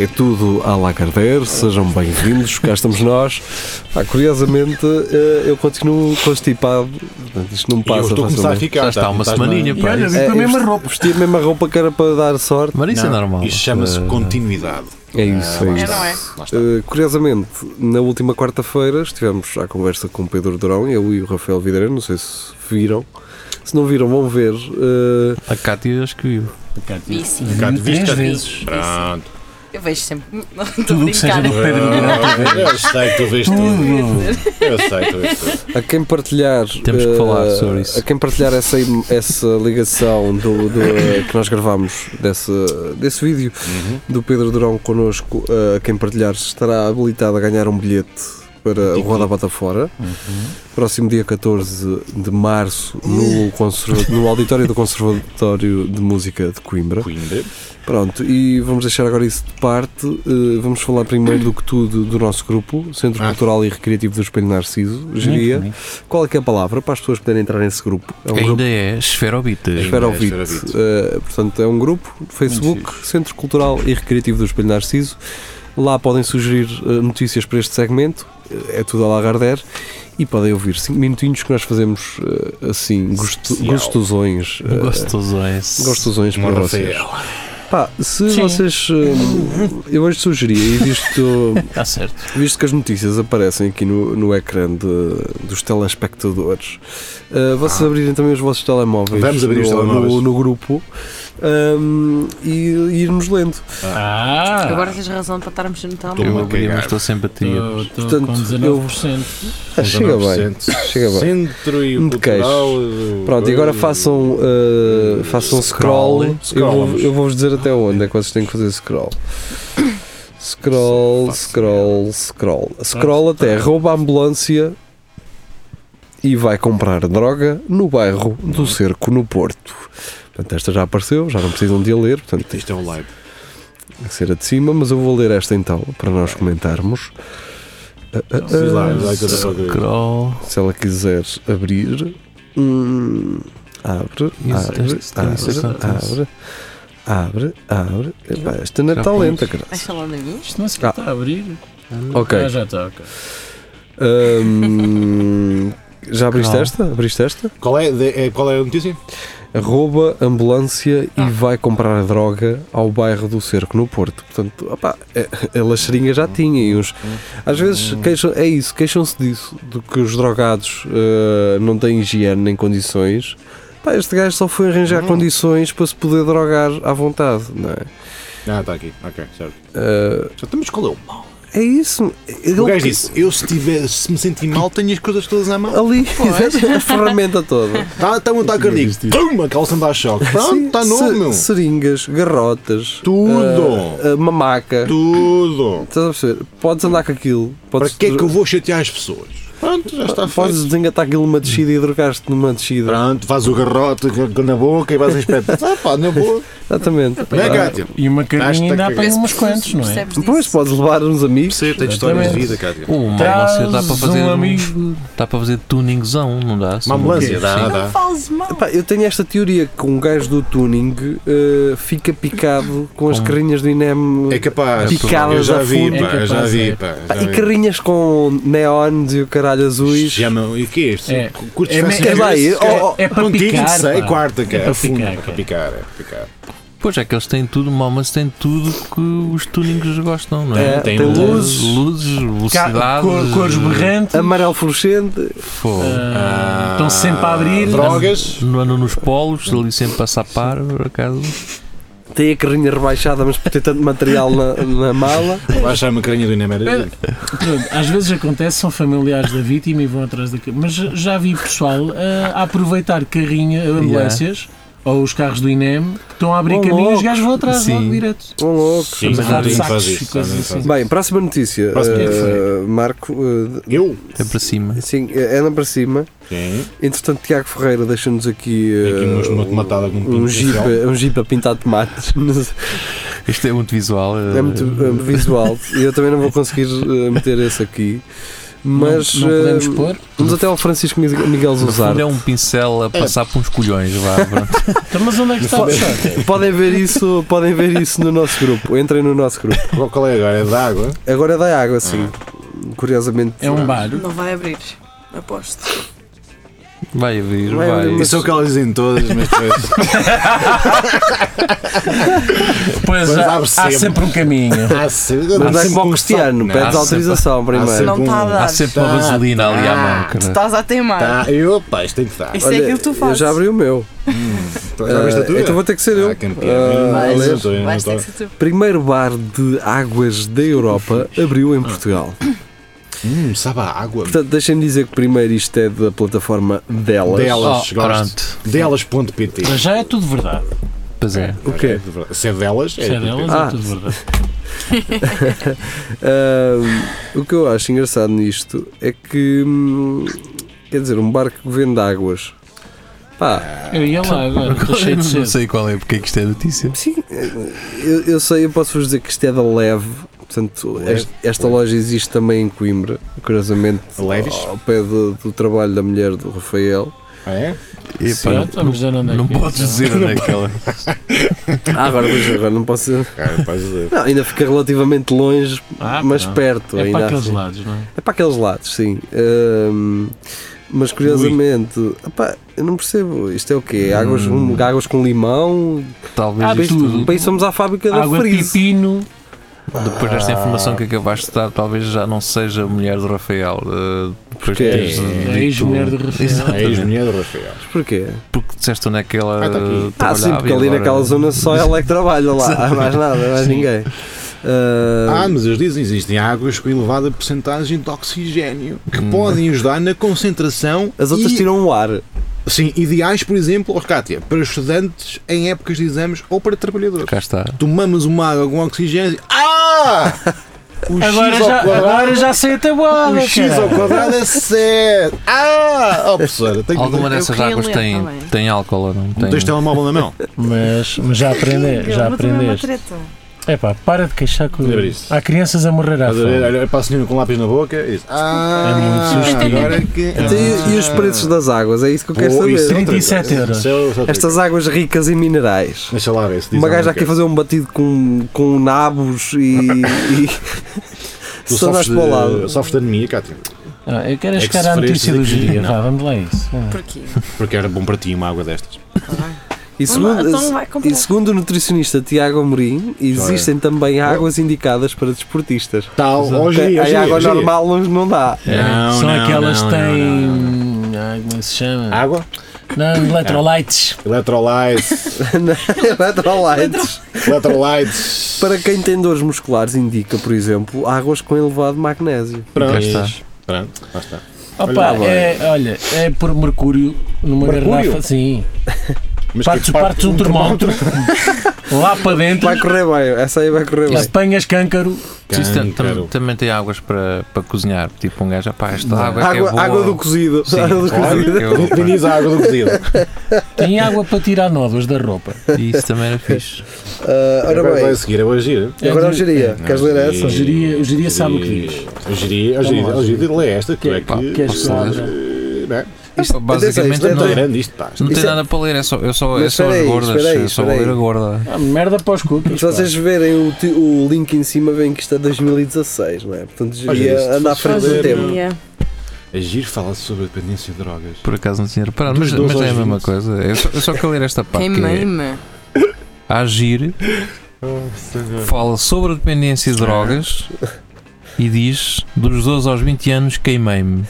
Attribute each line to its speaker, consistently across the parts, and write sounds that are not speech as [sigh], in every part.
Speaker 1: É tudo à Lacardère, sejam bem-vindos, cá estamos nós. Pá, curiosamente, eh, eu continuo constipado, portanto, isto não me
Speaker 2: E eu
Speaker 1: passa
Speaker 2: estou a começar a
Speaker 1: facilmente.
Speaker 2: ficar.
Speaker 3: Já está
Speaker 2: tá?
Speaker 3: uma
Speaker 2: Estás
Speaker 3: semaninha,
Speaker 2: na-
Speaker 3: pá.
Speaker 2: Olha,
Speaker 3: isso-
Speaker 2: viste
Speaker 1: É,
Speaker 2: a
Speaker 1: eu
Speaker 2: mesma
Speaker 1: vesti-
Speaker 2: roupa.
Speaker 1: Vesti a mesma roupa que era para dar sorte.
Speaker 3: Mas isso é normal.
Speaker 2: Isto chama-se
Speaker 3: Eh,
Speaker 2: continuidade.
Speaker 1: É isso, é
Speaker 4: É,
Speaker 1: isso.
Speaker 4: não é?
Speaker 2: Lá está.
Speaker 1: Eh, curiosamente, na última quarta-feira estivemos à conversa com o Pedro Durão, eu e o Rafael Videira, não sei se viram. Se não viram, vão ver. eh,
Speaker 3: A Cátia acho que viu.
Speaker 4: Vi sim.
Speaker 5: Uhum.
Speaker 2: Cá te viste,
Speaker 4: Três
Speaker 2: cá te-
Speaker 4: vezes.
Speaker 2: Pronto.
Speaker 4: Eu vejo sempre. [laughs] Não estou
Speaker 5: Tudo
Speaker 4: a
Speaker 5: o que seja
Speaker 4: brincar.
Speaker 5: do Pedro
Speaker 2: Ah,
Speaker 5: Durão.
Speaker 2: Eu sei, tu viste tudo. Eu sei, tu viste tudo.
Speaker 1: a quem partilhar.
Speaker 3: Temos que
Speaker 1: eh,
Speaker 3: falar sobre isso.
Speaker 1: A quem partilhar essa, im- essa ligação do, do, eh, que nós gravámos desse, desse vídeo
Speaker 3: Uhum.
Speaker 1: do Pedro Durão connosco, eh, a quem partilhar estará habilitado a ganhar um bilhete para o Roda Bota Fora.
Speaker 3: Uhum.
Speaker 1: Próximo dia 14 de março, no, conserva- no auditório do Conservatório de Música de Coimbra.
Speaker 2: Coimbra.
Speaker 1: Pronto, e vamos deixar agora isso de parte. eh, vamos falar primeiro do que tudo do nosso grupo, Centro
Speaker 2: Ah.
Speaker 1: Cultural e Recreativo do Espelho Narciso, Geria. Qual é que é a palavra para as pessoas poderem entrar nesse grupo? É um
Speaker 3: Ainda
Speaker 1: grupo.
Speaker 3: é esferobita.
Speaker 2: ainda
Speaker 1: Espera
Speaker 2: é
Speaker 1: ouvir.
Speaker 2: Esferovite.
Speaker 1: Eh, portanto, é um grupo do Facebook, Centro Cultural e Recreativo do Espelho Narciso. Lá podem sugerir eh, notícias para este segmento, eh, é tudo a Lagardère, e podem ouvir 5 minutinhos que nós fazemos eh, assim, gosto,
Speaker 2: Especial.
Speaker 1: gostosões. eh,
Speaker 3: Gostosões.
Speaker 1: Gostosões para
Speaker 2: Uma
Speaker 1: vocês.
Speaker 2: Rafael.
Speaker 1: Pá, se vocês. hum, eu hoje sugeria, e visto,
Speaker 3: Está certo.
Speaker 1: visto que as notícias aparecem aqui no, no ecrã de- dos telespectadores, uh, vocês abrirem também os vossos telemóveis.
Speaker 2: Ah. Vamos abrir os
Speaker 1: no,
Speaker 2: telemóveis.
Speaker 1: No, no grupo hum, e, e irmos lendo.
Speaker 5: Ah!
Speaker 4: Agora tens razão para estarmos no tal.
Speaker 3: Eu
Speaker 2: Estou-me a
Speaker 3: abri, mas
Speaker 2: cagar.
Speaker 3: estou sem bateria.
Speaker 5: Estou
Speaker 1: Portanto,
Speaker 5: com 19%.
Speaker 1: Ah, chega bem.
Speaker 2: 19%.
Speaker 1: Chega bem.
Speaker 2: Centro e
Speaker 1: Me
Speaker 2: o cultural. eh,
Speaker 1: Pronto, e agora façam, um- uh, façam scroll. Eu
Speaker 2: Scroll.
Speaker 1: vou- eu vou-vos dizer até onde é que vocês têm que fazer scroll. Scroll, scroll, scroll. Scroll até rouba a ambulância e vai comprar droga no bairro do Cerco, no Porto. Portanto, esta já apareceu, já não precisam de a ler, portanto, tem
Speaker 2: Isto é um live.
Speaker 1: que ser a de cima, mas eu vou ler esta então, para nós comentarmos. Ah, ah,
Speaker 2: Sei lá,
Speaker 1: ah,
Speaker 2: vai toda a coisa.
Speaker 3: Scroll.
Speaker 1: se ela quiser abrir. Hum, abre,
Speaker 3: Isso,
Speaker 1: abre,
Speaker 3: isso, isso,
Speaker 1: abre,
Speaker 3: isso,
Speaker 1: abre, abre, abre. Epá, esta não
Speaker 3: Já
Speaker 1: está
Speaker 3: pões.
Speaker 1: lenta, cara.
Speaker 4: Vais falar de mim?
Speaker 5: Isto não se está a abrir.
Speaker 1: Ok.
Speaker 5: Ah, já
Speaker 3: tá,
Speaker 5: está, ok.
Speaker 1: Hum, já abriste
Speaker 3: Não.
Speaker 1: esta? Abriste esta?
Speaker 2: Qual é, de- é- qual é a notícia?
Speaker 1: Rouba ambulância
Speaker 2: Ah.
Speaker 1: e vai comprar droga ao bairro do Cerco, no Porto. Portanto, opá, é, a, a laxarinha já tinha. E os, às vezes queixam, é isso, queixam-se disso, de que os drogados eh, não têm higiene nem condições. Pá, este gajo só foi
Speaker 2: Hum.
Speaker 1: arranjar condições para se poder drogar à vontade, não é?
Speaker 2: Ah, está aqui. Ok, certo.
Speaker 1: Eh,
Speaker 2: Já estamos qual é o mal?
Speaker 1: é isso. Ele-
Speaker 2: O gajo disse: Eu se, tiver, se me sentir mal, tenho as coisas todas na mão.
Speaker 1: Ali, [laughs] a ferramenta toda.
Speaker 2: Está tá um ataque cardíaco. Pum! A calça me dá choque. Pronto,
Speaker 1: Sim,
Speaker 2: está novo,
Speaker 1: se-
Speaker 2: meu.
Speaker 1: Seringas, garrotas,
Speaker 2: Tudo.
Speaker 1: eh, eh, mamaca.
Speaker 2: Tudo.
Speaker 1: Estás a perceber? Podes andar com aquilo.
Speaker 2: Para
Speaker 1: Podes
Speaker 2: que é que eu vou chatear as pessoas? Pronto, já está feito.
Speaker 1: Podes desengatar aquilo numa descida e drogaste numa descida.
Speaker 2: Pronto, faz o garrote com- na boca e vais a espetar. Ah, pá, na boa.
Speaker 1: Exatamente.
Speaker 2: Não é, Cátia?
Speaker 5: E uma
Speaker 2: Acho que
Speaker 5: carrinha ainda
Speaker 2: tá
Speaker 5: há para
Speaker 2: cagado.
Speaker 5: uns quantos, não é?
Speaker 4: Percebes
Speaker 1: Ah, Pois,
Speaker 4: disso?
Speaker 1: podes levar uns amigos.
Speaker 2: tem
Speaker 5: histórias de
Speaker 2: vida, Cátia.
Speaker 3: Uma
Speaker 5: Traz
Speaker 3: ambulância Oh, dá para fazer.
Speaker 5: um
Speaker 3: um-
Speaker 5: amigo.
Speaker 3: Dá para fazer tuningzão, não dá?
Speaker 2: Uma ambulância, dá,
Speaker 4: Não
Speaker 2: dá.
Speaker 4: fales mal.
Speaker 1: Epá, eu tenho esta teoria que um gajo do tuning eh, fica picado com as
Speaker 3: Com-
Speaker 1: carrinhas do INEM
Speaker 2: É capaz.
Speaker 1: Picadas
Speaker 2: eu já
Speaker 1: a
Speaker 2: vi,
Speaker 1: fundo.
Speaker 2: pá,
Speaker 5: É
Speaker 2: já
Speaker 5: capaz,
Speaker 2: vi,
Speaker 5: é.
Speaker 2: pá.
Speaker 1: Pá,
Speaker 2: já
Speaker 1: e
Speaker 2: vi.
Speaker 1: carrinhas com neons e o caralho azuis.
Speaker 2: Chamam, e o que é isto?
Speaker 5: É.
Speaker 2: Curtos
Speaker 5: É me-
Speaker 2: fashion
Speaker 1: É lá,
Speaker 2: dress?
Speaker 1: é- oh, oh,
Speaker 5: É para
Speaker 2: Não digo,
Speaker 5: picar.
Speaker 2: sei,
Speaker 5: pá.
Speaker 2: quarta, cara.
Speaker 5: É para
Speaker 2: a fundo,
Speaker 5: picar,
Speaker 2: é para
Speaker 5: cara.
Speaker 2: picar, é para picar.
Speaker 3: Pois é que eles têm tudo, uma ambulância tem tudo que os tunings gostam, não
Speaker 1: É,
Speaker 3: é?
Speaker 1: tem
Speaker 2: tem
Speaker 1: luzes,
Speaker 3: Luzes,
Speaker 5: Ca-
Speaker 3: velocidade.
Speaker 5: cor- Cores berrantes.
Speaker 1: amarelo fluorescente.
Speaker 3: Fogo.
Speaker 5: ah, Estão sempre a abrir.
Speaker 2: Drogas.
Speaker 3: No ano nos polos, ali sempre a sapar, por acaso.
Speaker 1: Tem a carrinha rebaixada, mas por ter tanto material na, na mala.
Speaker 2: Vai achar uma carinha do Inamera.
Speaker 5: Pronto, às vezes acontece, são familiares da eh, vítima e vão atrás daquilo. Mas já vi pessoal ah, a aproveitar carrinha, ambulâncias, ou os carros do INEM que estão a abrir
Speaker 1: Oh,
Speaker 5: caminho e os
Speaker 1: louco.
Speaker 5: gajos vão atrás
Speaker 3: Sim.
Speaker 5: logo direto.
Speaker 1: Bom, louco.
Speaker 6: Sim,
Speaker 5: Mas há
Speaker 6: também
Speaker 5: sacos
Speaker 6: faz
Speaker 5: e
Speaker 6: isso.
Speaker 5: coisas
Speaker 6: também
Speaker 5: assim.
Speaker 6: faz isso.
Speaker 1: Bem, próxima notícia.
Speaker 6: Próxima
Speaker 1: Eh,
Speaker 6: notícia.
Speaker 1: Marco, eh,
Speaker 6: Eu?
Speaker 3: É para cima.
Speaker 1: sim, eh, anda para cima.
Speaker 6: Sim.
Speaker 1: Entretanto, Tiago Ferreira deixa-nos aqui,
Speaker 6: Tem aqui
Speaker 1: eh,
Speaker 6: umas uma matada com um
Speaker 1: um,
Speaker 6: pinto
Speaker 1: jeep,
Speaker 6: social.
Speaker 1: um jeep a pintar tomates. [laughs]
Speaker 3: Isto é muito visual.
Speaker 1: É muito eh, visual. E eu também não vou conseguir eh, meter esse aqui. Mas
Speaker 5: não, não podemos
Speaker 1: eh,
Speaker 5: pôr.
Speaker 1: vamos até ao Francisco Miguel Miguel
Speaker 3: No
Speaker 1: Zuzar.
Speaker 3: fundo é um pincel a passar por uns colhões. Vá, pronto.
Speaker 5: Então, mas onde é que está a puxar?
Speaker 1: Podem ver isso, podem ver isso no nosso grupo. Entrem no nosso grupo.
Speaker 6: Qual- Qual é agora? É de água?
Speaker 1: Agora é da água, sim. Curiosamente.
Speaker 5: É um bar.
Speaker 4: Não vai abrir. Aposto.
Speaker 3: vai abrir,
Speaker 1: Vai
Speaker 3: vai.
Speaker 1: abrir, mas-
Speaker 6: Isso é o que elas dizem todas,
Speaker 1: [laughs]
Speaker 6: mas depois
Speaker 5: Pois
Speaker 6: Mas
Speaker 5: há,
Speaker 6: abre
Speaker 5: há
Speaker 6: sempre.
Speaker 5: sempre um [laughs] caminho.
Speaker 6: há sempre
Speaker 1: Ah, Mas dá
Speaker 6: há sempre
Speaker 1: para o
Speaker 6: um
Speaker 1: Cristiano,
Speaker 6: saco, não é?
Speaker 1: pedes
Speaker 3: Há
Speaker 1: autorização primeiro.
Speaker 6: sempre-
Speaker 4: Não está a
Speaker 6: Há
Speaker 4: dar.
Speaker 3: Há sempre uma
Speaker 6: Tá,
Speaker 3: vaselina ali à
Speaker 6: tá.
Speaker 3: mão.
Speaker 5: é?
Speaker 4: Tu
Speaker 3: cara.
Speaker 4: estás a teimar.
Speaker 6: Tá,
Speaker 1: Ah,
Speaker 6: eu, pá, isto tem que dar.
Speaker 4: Isso é aquilo que tu
Speaker 1: eu
Speaker 4: fazes.
Speaker 1: já abri o meu.
Speaker 6: Já viste a
Speaker 1: Ah,
Speaker 6: tua?
Speaker 1: então vou ter que ser eu.
Speaker 6: Ah, campeão.
Speaker 1: Ah,
Speaker 6: Mas
Speaker 4: um
Speaker 1: Alex.
Speaker 6: eu tô- eu não
Speaker 4: Vais ter
Speaker 6: tô-
Speaker 4: que ser tu.
Speaker 1: Primeiro bar de águas da Europa abriu em Portugal.
Speaker 6: Hum, sabe a água?
Speaker 1: Portanto, deixem-me dizer que primeiro isto é da plataforma delas.
Speaker 6: Delas. gosto.
Speaker 3: Oh, pronto.
Speaker 6: Delas.pt
Speaker 5: Mas já é tudo verdade.
Speaker 3: Pois é.
Speaker 1: O quê?
Speaker 6: Se é delas,
Speaker 5: Se é delas,
Speaker 1: Ah.
Speaker 5: é tudo verdade.
Speaker 1: Ah, o que eu acho engraçado nisto é que. hum, Quer dizer, um bar que vende águas. Pá,
Speaker 5: Eu ia lá agora, [laughs] estou cheio de
Speaker 3: não
Speaker 5: sede.
Speaker 3: sei qual é, porque é que isto é notícia.
Speaker 1: sim, eu, eu sei, eu posso-vos dizer que isto é da Leve. Portanto,
Speaker 6: Leve,
Speaker 1: est- esta loja existe também em Coimbra, curiosamente,
Speaker 6: Leves?
Speaker 1: ao pé do, do trabalho da mulher do Rafael.
Speaker 6: Ah, é?
Speaker 3: Epá,
Speaker 5: Sim, vamos dizer onde é
Speaker 3: não
Speaker 5: que é,
Speaker 3: podes
Speaker 5: então.
Speaker 3: dizer onde é que ela.
Speaker 1: Ah, agora, mas agora não posso dizer.
Speaker 6: Cara, podes dizer.
Speaker 1: Não, ainda fica relativamente longe,
Speaker 5: Ah,
Speaker 1: mas
Speaker 5: pá.
Speaker 1: perto.
Speaker 5: É
Speaker 1: ainda
Speaker 5: para aqueles
Speaker 1: assim.
Speaker 5: lados, não é?
Speaker 1: É para aqueles lados, sim. Ahm, mas curiosamente, opá, eu não percebo. Isto é o quê?
Speaker 5: Hum.
Speaker 1: Águas, um- águas com limão?
Speaker 3: [laughs] Talvez
Speaker 5: Ah,
Speaker 1: Para isto-
Speaker 5: tudo.
Speaker 1: Para isso somos à fábrica da
Speaker 5: Água
Speaker 1: Frizz.
Speaker 5: pepino.
Speaker 3: Depois desta informação que acabaste de dar, talvez já não seja a mulher do Rafael. eh, Depois
Speaker 1: Porque
Speaker 3: de teres
Speaker 6: é
Speaker 3: dito-
Speaker 5: a ex-mulher do Rafael.
Speaker 6: É a
Speaker 3: Exatamente.
Speaker 6: ex-mulher do Rafael.
Speaker 1: Porquê?
Speaker 3: Porque disseste onde é que ela
Speaker 6: Ah, tá aqui.
Speaker 1: Ah, sim,
Speaker 3: trabalhava
Speaker 1: porque
Speaker 3: e
Speaker 1: ali
Speaker 3: agora-
Speaker 1: naquela zona só ela é que trabalha
Speaker 5: [laughs]
Speaker 1: lá. mais nada, mais ninguém. Ah,
Speaker 6: Ah, mas eles dizem existem águas com elevada porcentagem de oxigênio que podem ajudar na concentração
Speaker 1: Hum. as outras
Speaker 6: e-
Speaker 1: tiram o
Speaker 5: Ah.
Speaker 1: ar.
Speaker 6: sim, ideais, por exemplo, ó, Cátia, para estudantes em épocas de exames ou para trabalhadores.
Speaker 3: Cá está.
Speaker 6: Tomamos uma água com oxigênio e- Ah! O
Speaker 5: Agora
Speaker 6: X ao
Speaker 5: já,
Speaker 6: quadrado-
Speaker 5: agora já sei a tabuada.
Speaker 6: O X ao quadrado é 7. Ah! Oh, professora, tenho
Speaker 3: Alguma
Speaker 6: que
Speaker 3: dessas
Speaker 4: queria
Speaker 3: águas
Speaker 4: ler
Speaker 3: tem,
Speaker 4: também.
Speaker 3: tem álcool ou não?
Speaker 6: Não
Speaker 3: Tem.
Speaker 6: tens telemóvel na
Speaker 5: É
Speaker 6: mão?
Speaker 5: Mas, mas já aprendeste.
Speaker 4: Incrível,
Speaker 5: Já
Speaker 4: mas também é uma
Speaker 5: aprendeste.
Speaker 4: treta.
Speaker 5: É pá, para de queixar com
Speaker 6: Lembra disso.
Speaker 5: Há crianças a morrer à
Speaker 6: Estás a ver?
Speaker 5: fome.
Speaker 6: Olha para a senhora com um lápis na boca e diz: Ah!
Speaker 5: É muito sugestivo.
Speaker 6: Agora é que.
Speaker 1: Então, e, e os preços das águas? É isso que eu quero
Speaker 6: Oh, isso é
Speaker 1: saber.
Speaker 6: outra
Speaker 5: 37
Speaker 6: coisa.
Speaker 5: euros.
Speaker 6: Isso é outra coisa.
Speaker 1: Estas águas ricas em minerais.
Speaker 6: Deixa lá ver se diz
Speaker 1: Uma gaja
Speaker 6: alguma
Speaker 1: aqui a
Speaker 6: coisa.
Speaker 1: fazer um batido com, com nabos
Speaker 6: [laughs]
Speaker 1: e. e
Speaker 6: Tu
Speaker 1: só nós
Speaker 6: sofres
Speaker 1: para o lado.
Speaker 6: de, sofres de anemia, Cátia.
Speaker 5: Ah, eu quero
Speaker 6: É que
Speaker 5: chegar
Speaker 6: se
Speaker 5: à
Speaker 6: for
Speaker 5: notícia
Speaker 6: estes
Speaker 5: do
Speaker 6: aqui,
Speaker 5: dia.
Speaker 6: não.
Speaker 5: Vá, vamos lá a isso. Ah.
Speaker 4: Porquê?
Speaker 6: Porque era bom para ti uma água destas.
Speaker 1: E
Speaker 4: Vamos lá,
Speaker 1: segundo,
Speaker 4: Então vai comprar.
Speaker 1: e segundo o nutricionista Tiago Amorim, existem também águas indicadas para desportistas.
Speaker 6: Tal, hoje
Speaker 1: a água normal não- não
Speaker 6: [laughs]
Speaker 1: dá.
Speaker 6: Não,
Speaker 5: São
Speaker 6: não,
Speaker 5: É. aquelas que
Speaker 6: não,
Speaker 5: têm.
Speaker 6: não, é.
Speaker 5: Ah, como é que se chama?
Speaker 6: Água,
Speaker 5: Não, eletrolites.
Speaker 6: eletrolytes, [laughs]
Speaker 1: Eletrolytes.
Speaker 6: eletrolytes.
Speaker 1: para quem tem dores musculares, indica, por exemplo, águas com elevado magnésio.
Speaker 6: Pronto.
Speaker 3: Cá está.
Speaker 6: Pronto, lá está.
Speaker 5: Opa,
Speaker 6: Olha,
Speaker 5: é, olha, é por mercúrio numa
Speaker 6: Mercúrio?
Speaker 5: garrafa. Sim.
Speaker 6: Mas
Speaker 5: Partes,
Speaker 6: que
Speaker 5: partes um termómetro. lá para dentro.
Speaker 1: Vai correr bem, essa aí vai correr bem.
Speaker 5: Apanhas câncaro.
Speaker 3: Isto tam- tam-
Speaker 6: Câncaro.
Speaker 3: também tem águas para, para cozinhar. Tipo um gajo, "Ah, pá, esta água, é
Speaker 1: Água,
Speaker 3: boa.
Speaker 1: água do cozido. [laughs]
Speaker 3: Sim,
Speaker 1: água do
Speaker 3: claro,
Speaker 1: cozido.
Speaker 3: que é boa.
Speaker 6: Viniz a água do cozido.
Speaker 5: Tem água para tirar nódoas da roupa.
Speaker 3: E Isso também era fixe.
Speaker 6: Eh,
Speaker 1: Ah, ora
Speaker 6: Agora vai
Speaker 1: bem,
Speaker 6: a seguir, eu vou agir.
Speaker 5: É
Speaker 1: agora
Speaker 5: de-
Speaker 1: a geria. Queres ler essa?
Speaker 5: O geria- o geria sabe o que diz.
Speaker 6: O geria, o geria, o geria, lê esta, que é
Speaker 3: Pá,
Speaker 6: que.
Speaker 5: que é
Speaker 3: posso
Speaker 5: claro.
Speaker 3: ler?
Speaker 6: eh, Não é?
Speaker 3: Pá, Basicamente
Speaker 1: isto é
Speaker 3: não,
Speaker 6: Não é
Speaker 3: não
Speaker 6: grande isto, pá.
Speaker 3: tem
Speaker 1: isto é-
Speaker 3: nada para ler, é só, é só, é
Speaker 1: Mas
Speaker 3: só
Speaker 1: espera
Speaker 3: as
Speaker 1: aí,
Speaker 3: gordas.
Speaker 1: espera aí,
Speaker 3: É só
Speaker 1: espera
Speaker 3: ler
Speaker 1: aí.
Speaker 3: a gorda.
Speaker 5: Ah, merda para os cookies.
Speaker 1: Se vocês verem o, ti- o link em cima, vem que isto é 2016, não é? Portanto,
Speaker 6: Olha, isto
Speaker 1: devia andar à frente do
Speaker 6: fazer-
Speaker 1: tempo.
Speaker 4: Yeah.
Speaker 6: Agir fala É sobre a dependência de [laughs] drogas.
Speaker 3: Por acaso não tinha reparado,
Speaker 6: Dos
Speaker 3: mas,
Speaker 6: doze
Speaker 3: mas é a
Speaker 6: aos
Speaker 3: mesma
Speaker 6: vinte.
Speaker 3: coisa. Eu só, eu só quero ler esta parte.
Speaker 4: Quem
Speaker 3: que é,
Speaker 4: mima?
Speaker 3: agir,
Speaker 1: Oh,
Speaker 3: fala sobre a dependência de drogas e diz dos 12 aos 20 anos
Speaker 1: [laughs]
Speaker 3: queimei-me.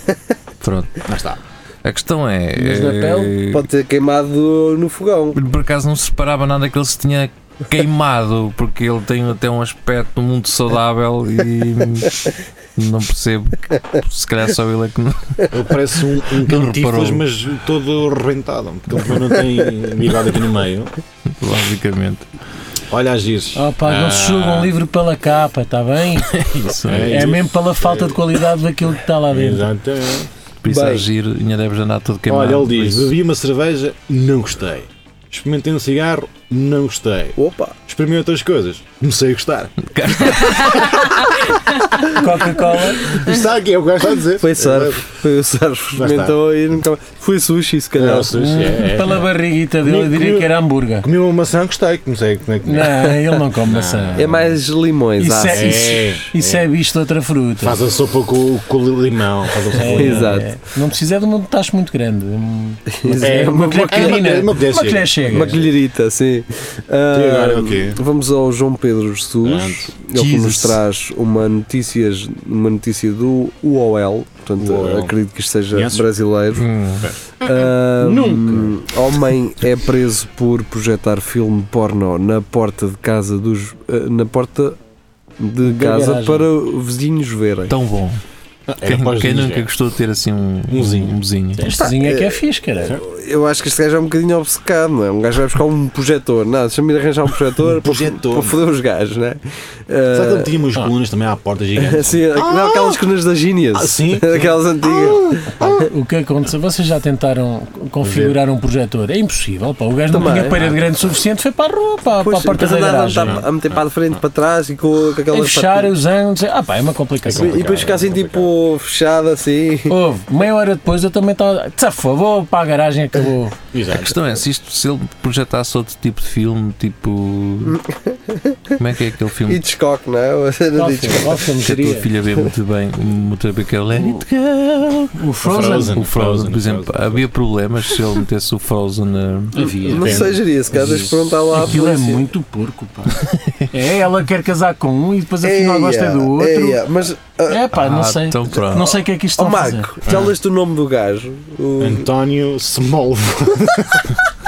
Speaker 3: Pronto.
Speaker 6: Lá está.
Speaker 3: A questão é.
Speaker 5: Mas na
Speaker 3: eh,
Speaker 5: pele
Speaker 1: Pode ter queimado no fogão.
Speaker 3: Por acaso não se separava nada que ele se tinha queimado, porque ele tem até um aspecto muito saudável e não percebo. que- Se calhar só ele é que não.
Speaker 6: Ele parece um, um
Speaker 3: Não
Speaker 6: cantifas,
Speaker 3: reparou.
Speaker 6: mas todo rentado, porque ele não tem bigode aqui no meio.
Speaker 3: Basicamente.
Speaker 6: Olha as giz.
Speaker 5: Oh, pá, não se julga um livro pela capa, está bem?
Speaker 3: Isso
Speaker 6: Ah. [laughs] É
Speaker 3: é.
Speaker 5: É
Speaker 6: isso.
Speaker 5: mesmo pela falta de qualidade daquilo que está lá dentro.
Speaker 6: Exatamente.
Speaker 3: Por isso,
Speaker 1: Bem.
Speaker 3: agir, ainda deves andar todo queimado.
Speaker 6: Olha, ele
Speaker 3: por
Speaker 6: diz:
Speaker 3: isso.
Speaker 6: bebi uma cerveja, não gostei. Experimentei um cigarro, não gostei.
Speaker 1: Opa!
Speaker 6: Experimentei outras coisas, comecei a gostar.
Speaker 5: Coca-Cola,
Speaker 6: Está aqui, é o que o gajo está a dizer.
Speaker 1: Foi surf, foi o surf,
Speaker 6: Lá está.
Speaker 1: experimentou e então nunca mais. Foi sushi, se
Speaker 6: É,
Speaker 1: calhar.
Speaker 6: o sushi, [laughs] é, é.
Speaker 5: pela barriguita dele, eu diria que era hambúrguer.
Speaker 6: Comi uma maçã, gostei. Comecei a comer.
Speaker 5: Não, ele não come maçã.
Speaker 1: É mais limões,
Speaker 5: Isso
Speaker 1: ah,
Speaker 5: é- Isso é bicho de outra fruta.
Speaker 6: Faz a sopa com, com limão. Faz a sopa com
Speaker 5: É,
Speaker 6: limão.
Speaker 1: Exato.
Speaker 5: é. Não precisa de um tacho muito grande. Um-
Speaker 6: É,
Speaker 5: Uma colher
Speaker 6: colher-
Speaker 5: pequenina.
Speaker 6: uma
Speaker 5: Uma
Speaker 6: colher chega.
Speaker 5: colher chega.
Speaker 1: Uma colherita, sim. Ah,
Speaker 6: E agora o quê?
Speaker 1: Vamos ao João Pedro Jesus.
Speaker 6: Pronto.
Speaker 1: Ele que nos
Speaker 3: Jesus.
Speaker 1: traz uma, notícias, uma notícia do UOL. Portanto,
Speaker 6: UOL.
Speaker 1: acredito que isto seja
Speaker 6: Conheces?
Speaker 1: brasileiro.
Speaker 3: Hum,
Speaker 1: Ah, Homem é preso por projetar filme porno na porta de casa dos. ah, na porta de
Speaker 5: Da
Speaker 1: casa
Speaker 5: garagem.
Speaker 1: para vizinhos verem.
Speaker 3: tão bom.
Speaker 6: Era para
Speaker 3: Quem,
Speaker 6: os
Speaker 3: quem
Speaker 6: dias,
Speaker 3: nunca
Speaker 6: é.
Speaker 3: gostou de ter assim um,
Speaker 6: Umzinho.
Speaker 3: um bezinho?
Speaker 5: Estezinho é que é fixe, cara.
Speaker 1: Eu acho que este gajo é um bocadinho obcecado, não é? Um gajo vai buscar um projetor. Não, deixa-me ir arranjar um projetor, para-
Speaker 5: [laughs]
Speaker 6: projetor.
Speaker 1: para foder os gajos, não é?
Speaker 6: Será que
Speaker 1: Ah,
Speaker 6: ele tinha umas colunas também à porta gigante?
Speaker 1: [laughs] Assim, não, aquelas colunas da Genius.
Speaker 6: Ah, sim.
Speaker 1: [laughs] Aquelas
Speaker 5: Ah!
Speaker 1: antigas.
Speaker 5: O que aconteceu? Vocês já tentaram configurar um projetor? É impossível, pá. O gajo não
Speaker 1: Também.
Speaker 5: tinha parede grande o suficiente, foi para a rua, pá, para a porta da
Speaker 1: andava a
Speaker 5: garagem.
Speaker 1: meter- a meter para a frente, para trás e com aquelas.
Speaker 5: E fechar
Speaker 1: patinhas.
Speaker 5: os anos. Ah, pá, é uma complicação.
Speaker 1: E depois ficar assim, tipo, fechado assim. [laughs]
Speaker 5: Houve, meia hora depois eu também estava. Desafou, vou para a garagem, acabou.
Speaker 3: A
Speaker 6: Exato.
Speaker 3: questão é se, isto, se ele projetasse outro tipo de filme, tipo.
Speaker 6: [laughs]
Speaker 3: Como é que é aquele
Speaker 1: E
Speaker 3: filme?
Speaker 1: descoque, não é? [laughs] Você não
Speaker 5: Qual
Speaker 1: diz-
Speaker 5: filme? Qual filme
Speaker 3: Que a tua
Speaker 5: seria?
Speaker 3: filha vê muito bem, muito bem que ele é.
Speaker 5: O Frozen?
Speaker 3: O Frozen, por exemplo, havia problemas se ele metesse o Frozen eh, na.
Speaker 6: Havia.
Speaker 1: Não sei, geria, se calhar deixa perguntar lá à
Speaker 5: Aquilo é
Speaker 1: polícia.
Speaker 5: muito porco, pá. [laughs] É, ela quer casar com um e depois afinal
Speaker 1: Eia,
Speaker 5: gosta do outro.
Speaker 1: eia, Oh, Mas,
Speaker 5: É, pá, não
Speaker 3: Ah,
Speaker 5: sei.
Speaker 3: Então pronto.
Speaker 5: Não sei o que é que isto
Speaker 1: ó
Speaker 5: está a fazer.
Speaker 1: Marco, já leste o nome do gajo? O
Speaker 6: um António Smolvo.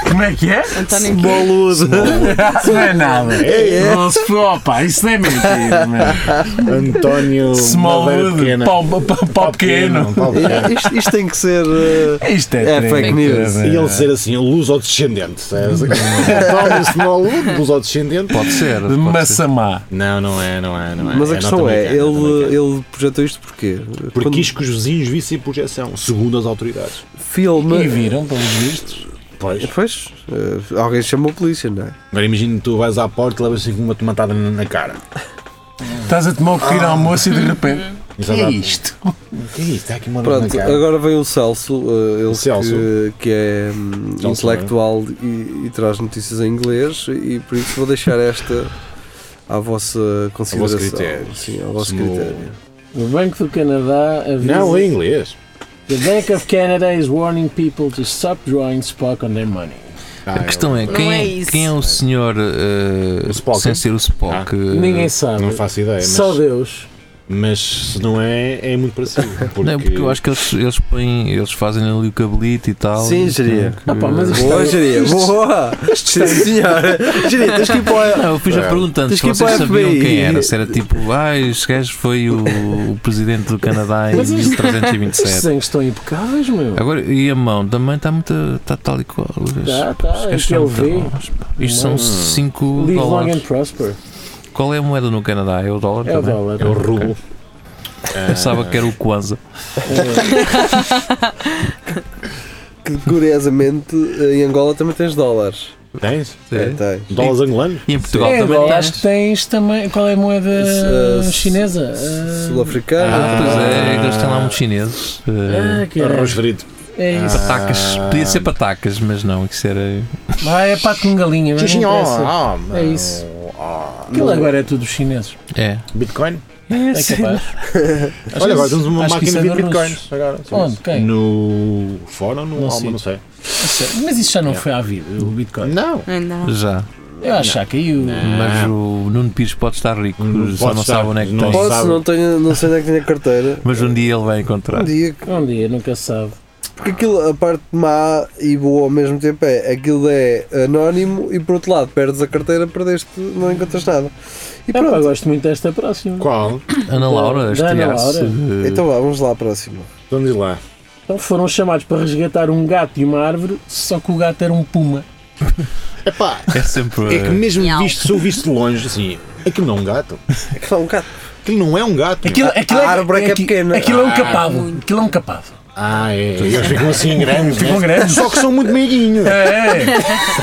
Speaker 5: Como é que é?
Speaker 4: António
Speaker 1: Boludo.
Speaker 5: Isso [laughs] não é nada.
Speaker 1: É, é.
Speaker 5: Não se for, opa, isso não é mentira, mano.
Speaker 6: António Madeira
Speaker 5: Smallwood,
Speaker 6: Pequena.
Speaker 5: pau, pau, pau pequeno.
Speaker 1: [laughs]
Speaker 6: Pau pequeno.
Speaker 1: É, Isto, isto tem que ser. eh,
Speaker 5: Isto é,
Speaker 1: É
Speaker 5: treta,
Speaker 1: fake news.
Speaker 5: mano.
Speaker 6: E ele ser assim, luz ao descendente. António Smallwood, luz ao descendente.
Speaker 3: Pode ser.
Speaker 5: De
Speaker 3: pode ser.
Speaker 5: maçã má.
Speaker 6: Não, não é, não é, não é.
Speaker 1: Mas a questão é,
Speaker 6: norte-americano,
Speaker 1: ele,
Speaker 6: norte-americano.
Speaker 1: ele projetou isto porquê?
Speaker 6: Porque
Speaker 1: Quando-
Speaker 6: quis que os vizinhos vissem a projeção, segundo as autoridades.
Speaker 5: E
Speaker 1: filme.
Speaker 5: viram, pelos vistos.
Speaker 6: Pois.
Speaker 1: Pois, eh, alguém chamou a polícia, não é?
Speaker 6: Agora imagina que tu vais à porta e levas assim com uma tomatada na na cara.
Speaker 5: Estás a tomar o pequeno almoço e de repente.
Speaker 6: Isso
Speaker 5: Que é
Speaker 6: dá-
Speaker 5: isto?
Speaker 6: Que é isto? Está aqui uma dor na
Speaker 1: Pronto,
Speaker 6: cara.
Speaker 1: agora vem o Celso, eh, ele
Speaker 6: Celso.
Speaker 1: Que, que é hum,
Speaker 6: Celso,
Speaker 1: intelectual e, e traz notícias em inglês e por isso vou deixar esta à vossa consideração.
Speaker 6: É critério.
Speaker 1: Sim,
Speaker 5: é
Speaker 1: ao vosso
Speaker 6: Se não-
Speaker 1: critério.
Speaker 5: O Banco do Canadá avisa.
Speaker 6: Não, em inglês.
Speaker 5: The Bank of Canada is warning people to stop drawing Spock on their money.
Speaker 6: Ah,
Speaker 3: A questão é
Speaker 4: Não
Speaker 3: quem
Speaker 4: é
Speaker 3: é,
Speaker 4: isso.
Speaker 3: quem é o senhor eh,
Speaker 6: O Spock?
Speaker 3: sem ser o Spock? eh,
Speaker 5: Ninguém
Speaker 6: eu
Speaker 5: sabe.
Speaker 6: Não faço ideia, mas,
Speaker 5: Só Deus.
Speaker 6: mas se não é, é muito
Speaker 5: [laughs]
Speaker 6: parecido. Porque,
Speaker 3: Não, porque eu acho que eles, eles põem, eles fazem ali o cabelito e tal.
Speaker 1: Sim,
Speaker 3: e
Speaker 1: seria.
Speaker 3: tem que-
Speaker 5: Ah, pá, mas isto- é
Speaker 1: Boa, Jeria, boa! Sim, senhora! Jeria, tens que ir para o-
Speaker 3: Não, eu fiz a pergunta
Speaker 1: Tens
Speaker 3: antes,
Speaker 1: que ir
Speaker 3: se vocês
Speaker 1: para o
Speaker 3: sabiam
Speaker 1: FBI.
Speaker 3: quem era, se era tipo, ah, este gajo foi o, o presidente do
Speaker 5: [laughs]
Speaker 3: Canadá em
Speaker 5: Mas isto- Estes
Speaker 6: é-
Speaker 3: 1327.
Speaker 5: desenhos estão impecáveis, meu.
Speaker 3: Agora, e a mão também está muito, está tal e qual. os gajos-
Speaker 5: Tá, tá,
Speaker 3: os gajos
Speaker 5: é que
Speaker 3: são
Speaker 5: eu
Speaker 3: muito
Speaker 5: vi.
Speaker 3: bons, pá. Isto são
Speaker 5: Hum.
Speaker 6: Um
Speaker 3: 5
Speaker 5: Live long
Speaker 3: dólares.
Speaker 5: and prosper.
Speaker 3: Qual é a moeda no Canadá? É o dólar
Speaker 5: É o
Speaker 3: também?
Speaker 5: dólar.
Speaker 6: É o rublo. ah,
Speaker 3: Pensava que era o Kwanza.
Speaker 6: [laughs]
Speaker 5: É,
Speaker 1: Que curiosamente em Angola também tens dólares.
Speaker 6: Tens?
Speaker 1: É, tens.
Speaker 6: Dólares angolanos?
Speaker 3: E em Portugal
Speaker 5: É,
Speaker 3: também
Speaker 5: agora
Speaker 3: tens.
Speaker 5: acho que tens também. Qual é a moeda
Speaker 1: S- eh,
Speaker 5: chinesa? Ah,
Speaker 1: Sul-africana.
Speaker 3: Ah, pois é,
Speaker 6: Ah.
Speaker 3: eles têm lá muitos chineses. eh,
Speaker 5: ah, que é.
Speaker 6: Arroz Ah. frito.
Speaker 5: É isso.
Speaker 3: Patacas, podia ser patacas, mas não, isso era.
Speaker 5: Ah, é pato com galinha, mas não interessa.
Speaker 6: Ah,
Speaker 5: É isso.
Speaker 6: ah,
Speaker 5: Aquilo agora é tudo chineses.
Speaker 3: É.
Speaker 6: Bitcoin?
Speaker 5: É capaz. Acho que
Speaker 6: [laughs] Olha, agora
Speaker 5: isso-
Speaker 6: temos uma
Speaker 5: acho que isso
Speaker 6: máquina
Speaker 5: é
Speaker 6: de
Speaker 5: dos russos.
Speaker 6: bitcoins. Agora, sim.
Speaker 5: Onde? Quem?
Speaker 6: No fórum, no
Speaker 5: Não
Speaker 6: Alma,
Speaker 5: sei.
Speaker 6: não sei.
Speaker 5: Mas isso já não foi à vida, o Bitcoin.
Speaker 6: Não.
Speaker 4: Não. é
Speaker 3: Já.
Speaker 5: Eu acho que já caiu. Ah.
Speaker 3: Mas o Nuno Pires pode estar rico,
Speaker 6: Não
Speaker 3: só
Speaker 6: Hum, pode
Speaker 3: não
Speaker 6: estar,
Speaker 3: sabe onde é que
Speaker 6: não
Speaker 3: tem. um
Speaker 6: pode.
Speaker 1: Posso,
Speaker 6: sabe.
Speaker 1: não, tenho, não sei onde é que tenho a carteira.
Speaker 3: Mas um dia ele vai encontrar.
Speaker 1: Um dia que
Speaker 5: Um dia, nunca se sabe.
Speaker 1: Porque aquilo, a parte má e boa ao mesmo tempo é aquilo é anónimo e por outro lado perdes a carteira, perdeste, não encontras nada. E
Speaker 5: Epá,
Speaker 1: pronto.
Speaker 5: É gosto muito desta próxima.
Speaker 6: Qual?
Speaker 3: Ana Laura,
Speaker 5: Da Ana
Speaker 3: estrear-se. eh,
Speaker 1: Então vá, vamos lá à próxima.
Speaker 6: Então diz lá.
Speaker 5: Então foram chamados para resgatar um gato e uma árvore, só que o gato era um puma.
Speaker 6: Epá,
Speaker 3: É sempre.
Speaker 6: é que mesmo
Speaker 7: Miau.
Speaker 6: visto, se eu visto de longe, assim, aquilo não é um gato.
Speaker 1: É que lá um gato.
Speaker 6: Aquilo não é um gato.
Speaker 1: aquilo é- árvore é que é aqui- pequena.
Speaker 5: Aquilo é um
Speaker 6: Ah.
Speaker 5: capavo. Aquilo é um capavo.
Speaker 6: Ah, é. Eles ficam assim grandes.
Speaker 5: [laughs] Ficam
Speaker 6: né?
Speaker 5: grandes.
Speaker 6: Só que são muito meiguinhos.
Speaker 5: É.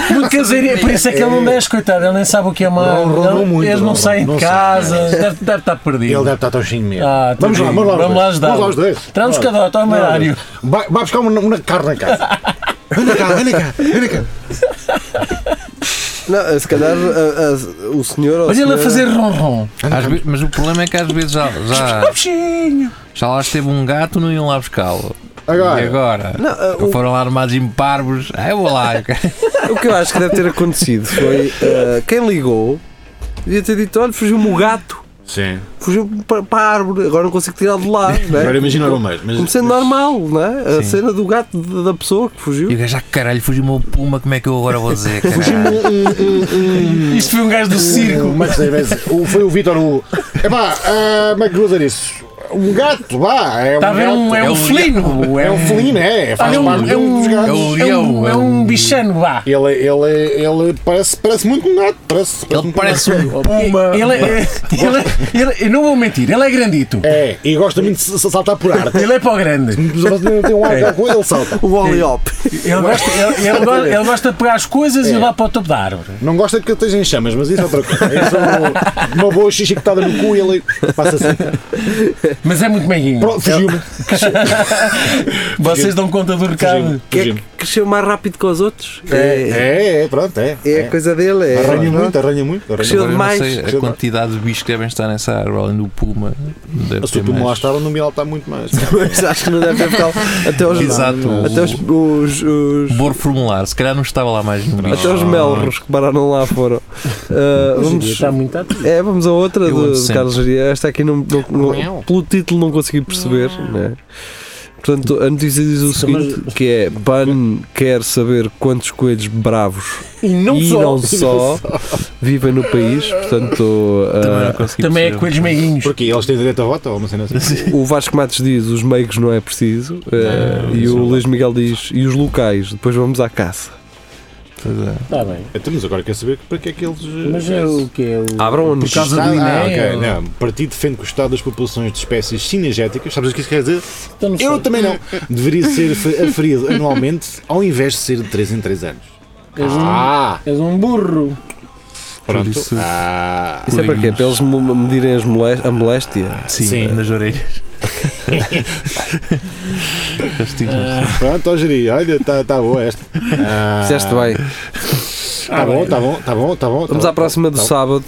Speaker 5: Muito caseirinho. Por isso é que ele não desce, coitado. Ele nem sabe o que é uma.
Speaker 6: Não,
Speaker 5: árvore.
Speaker 6: rodou
Speaker 5: Ele-
Speaker 6: muito,
Speaker 5: Eles não
Speaker 6: rodou.
Speaker 5: saem de
Speaker 6: Não
Speaker 5: casa. Deve, deve estar
Speaker 6: Ele
Speaker 5: perdido.
Speaker 6: deve estar tochinho mesmo.
Speaker 5: Ah,
Speaker 6: vamos, lá, vamos lá,
Speaker 5: vamos
Speaker 6: os dois.
Speaker 5: lá ajudar.
Speaker 6: Vamos lá os dois.
Speaker 5: Traz um o cadão, toma
Speaker 6: Vamos lá os
Speaker 5: horário.
Speaker 6: dois. Vai, vai buscar uma, uma carne na
Speaker 5: [laughs]
Speaker 6: casa. Anda cá, anda cá, anda cá.
Speaker 1: Não, se calhar a- a- o senhor. ou a
Speaker 5: Olha ele a
Speaker 1: senhora-
Speaker 5: fazer ronron.
Speaker 3: eh, Às ve- mas o problema é que às vezes já, já, já lá esteve um gato não iam lá buscá-lo. E
Speaker 6: Agora,
Speaker 3: agora? Então
Speaker 1: Não, ah, o-
Speaker 3: Foram lá armados em parvos. Ah, eu vou lá.
Speaker 1: O que eu acho que deve ter acontecido foi eh, quem ligou devia ter dito: olha, fugiu-me o gato,
Speaker 6: sim.
Speaker 1: fugiu para, para a árvore, agora não consigo tirá-lo de lá.
Speaker 6: Agora
Speaker 1: Né?
Speaker 6: imagina o bombeiro. mas-
Speaker 1: Como sendo normal, não é? A
Speaker 3: Sim.
Speaker 1: cena do gato de- da pessoa que
Speaker 3: E
Speaker 1: fugiu.
Speaker 3: o gajo, ah, caralho, fugiu uma puma, como é que eu agora vou dizer? caralho?"
Speaker 1: um
Speaker 5: Isto foi um gajo do circo.
Speaker 6: Como é que se diz? O- Foi o Vítor o. Epá, ah, como é que vou dizer isso? Um gato, vá! É um
Speaker 5: Está a ver
Speaker 6: gato.
Speaker 5: um. É
Speaker 3: É
Speaker 5: um
Speaker 3: um-
Speaker 5: felino.
Speaker 6: É um felino, é, faz
Speaker 5: Olha, é um-
Speaker 6: parte
Speaker 5: é um-
Speaker 6: dos
Speaker 5: é
Speaker 6: gatos.
Speaker 3: um-
Speaker 5: É um, é um bichano, vá.
Speaker 6: Ele, ele, ele parece, parece muito um gato. Parece, parece
Speaker 3: Ele
Speaker 6: muito
Speaker 3: parece um puma.
Speaker 5: Ele, é- ele, é- ele- eu não vou mentir, ele é grandito.
Speaker 6: um gato. É, e gosta muito de se- se saltar por arte.
Speaker 5: Ele é para o grande.
Speaker 6: Tem um ar de coisa, ele salta.
Speaker 1: O Wally Hop.
Speaker 5: Ele gosta, ele, ele go- ele gosta de pegar as coisas e levar para o topo da árvore.
Speaker 6: Não gosta que eu esteja em chamas, mas isso é outra coisa. Isso é uma boa chichicotada no cu e ele passa assim.
Speaker 5: Mas é muito meiguinho.
Speaker 6: Pronto, fugiu-me.
Speaker 5: Vocês dão conta do recado.
Speaker 6: Fugiu-me.
Speaker 1: Que é
Speaker 6: Fugiu-me.
Speaker 1: que cresceu mais rápido que os outros. É,
Speaker 6: É, é, pronto, é.
Speaker 1: é, a coisa dele. É,
Speaker 6: Arranha muito,
Speaker 1: pronto.
Speaker 6: arranha muito. Arranha
Speaker 1: Cresceu
Speaker 6: muito.
Speaker 3: Agora eu não
Speaker 1: demais.
Speaker 3: sei a quantidade de bichos que devem estar nessa árvore, além do puma. Deve
Speaker 6: A
Speaker 3: ter
Speaker 6: sua puma lá
Speaker 3: mais.
Speaker 6: estava, no Miel está muito mais.
Speaker 1: Mas acho que não deve ter ficado até os,
Speaker 3: Exato.
Speaker 1: até os, os- os-
Speaker 3: Bor formular, se calhar não estava lá mais nenhum bicho.
Speaker 1: até os melros que pararam lá foram. Ah, vamos,
Speaker 5: Está muito ativo.
Speaker 1: É, vamos a outra
Speaker 3: Eu ando
Speaker 1: de, de
Speaker 3: sempre.
Speaker 1: Carlos Geria. Esta aqui, não, não- não- pelo título, não consegui perceber. Né? Portanto, a notícia diz o seguinte: que é Ban quer saber quantos coelhos bravos
Speaker 5: E não
Speaker 1: e
Speaker 5: só.
Speaker 1: não só vivem no país. Portanto,
Speaker 3: Também não
Speaker 1: ah,
Speaker 3: consegui
Speaker 5: Também é
Speaker 3: perceber.
Speaker 5: coelhos meiguinhos.
Speaker 6: Porque eles têm direito a voto ou uma cena assim.
Speaker 1: o Vasco Matos diz: os meigos não é preciso. ah, e o Luís Miguel diz: e os locais, depois vamos à caça.
Speaker 3: Pois é.
Speaker 5: Está tá bem.
Speaker 6: Então, mas agora quer saber para que é que eles. eh,
Speaker 5: Mas é o que é o.
Speaker 1: Abram um
Speaker 5: Por
Speaker 1: onde?
Speaker 5: causa do INE.
Speaker 6: Ah, ok.
Speaker 5: ou-
Speaker 6: Não, o partido defende que o Estado das populações de espécies cinegéticas, sabes o que isso quer dizer?
Speaker 5: Então não sei.
Speaker 6: Eu também não. Deveria ser fe- aferido anualmente, ao invés de ser de 3 em 3 anos.
Speaker 5: És um,
Speaker 6: Ah,
Speaker 5: és um burro.
Speaker 6: pronto.
Speaker 3: isso-
Speaker 6: Ah,
Speaker 1: Isso é para quê? Para eles mo- medirem as molé- a moléstia?
Speaker 3: Sim,
Speaker 6: Sim.
Speaker 3: nas
Speaker 5: [laughs]
Speaker 3: orelhas.
Speaker 6: pronto, ó Jeri, olha, está tá boa esta. Ah,
Speaker 1: Fizeste bem.
Speaker 6: Está bom, está bom, está bom, está bom. tá
Speaker 1: Vamos à
Speaker 6: bom.
Speaker 1: próxima do
Speaker 6: Tá bom.
Speaker 1: sábado.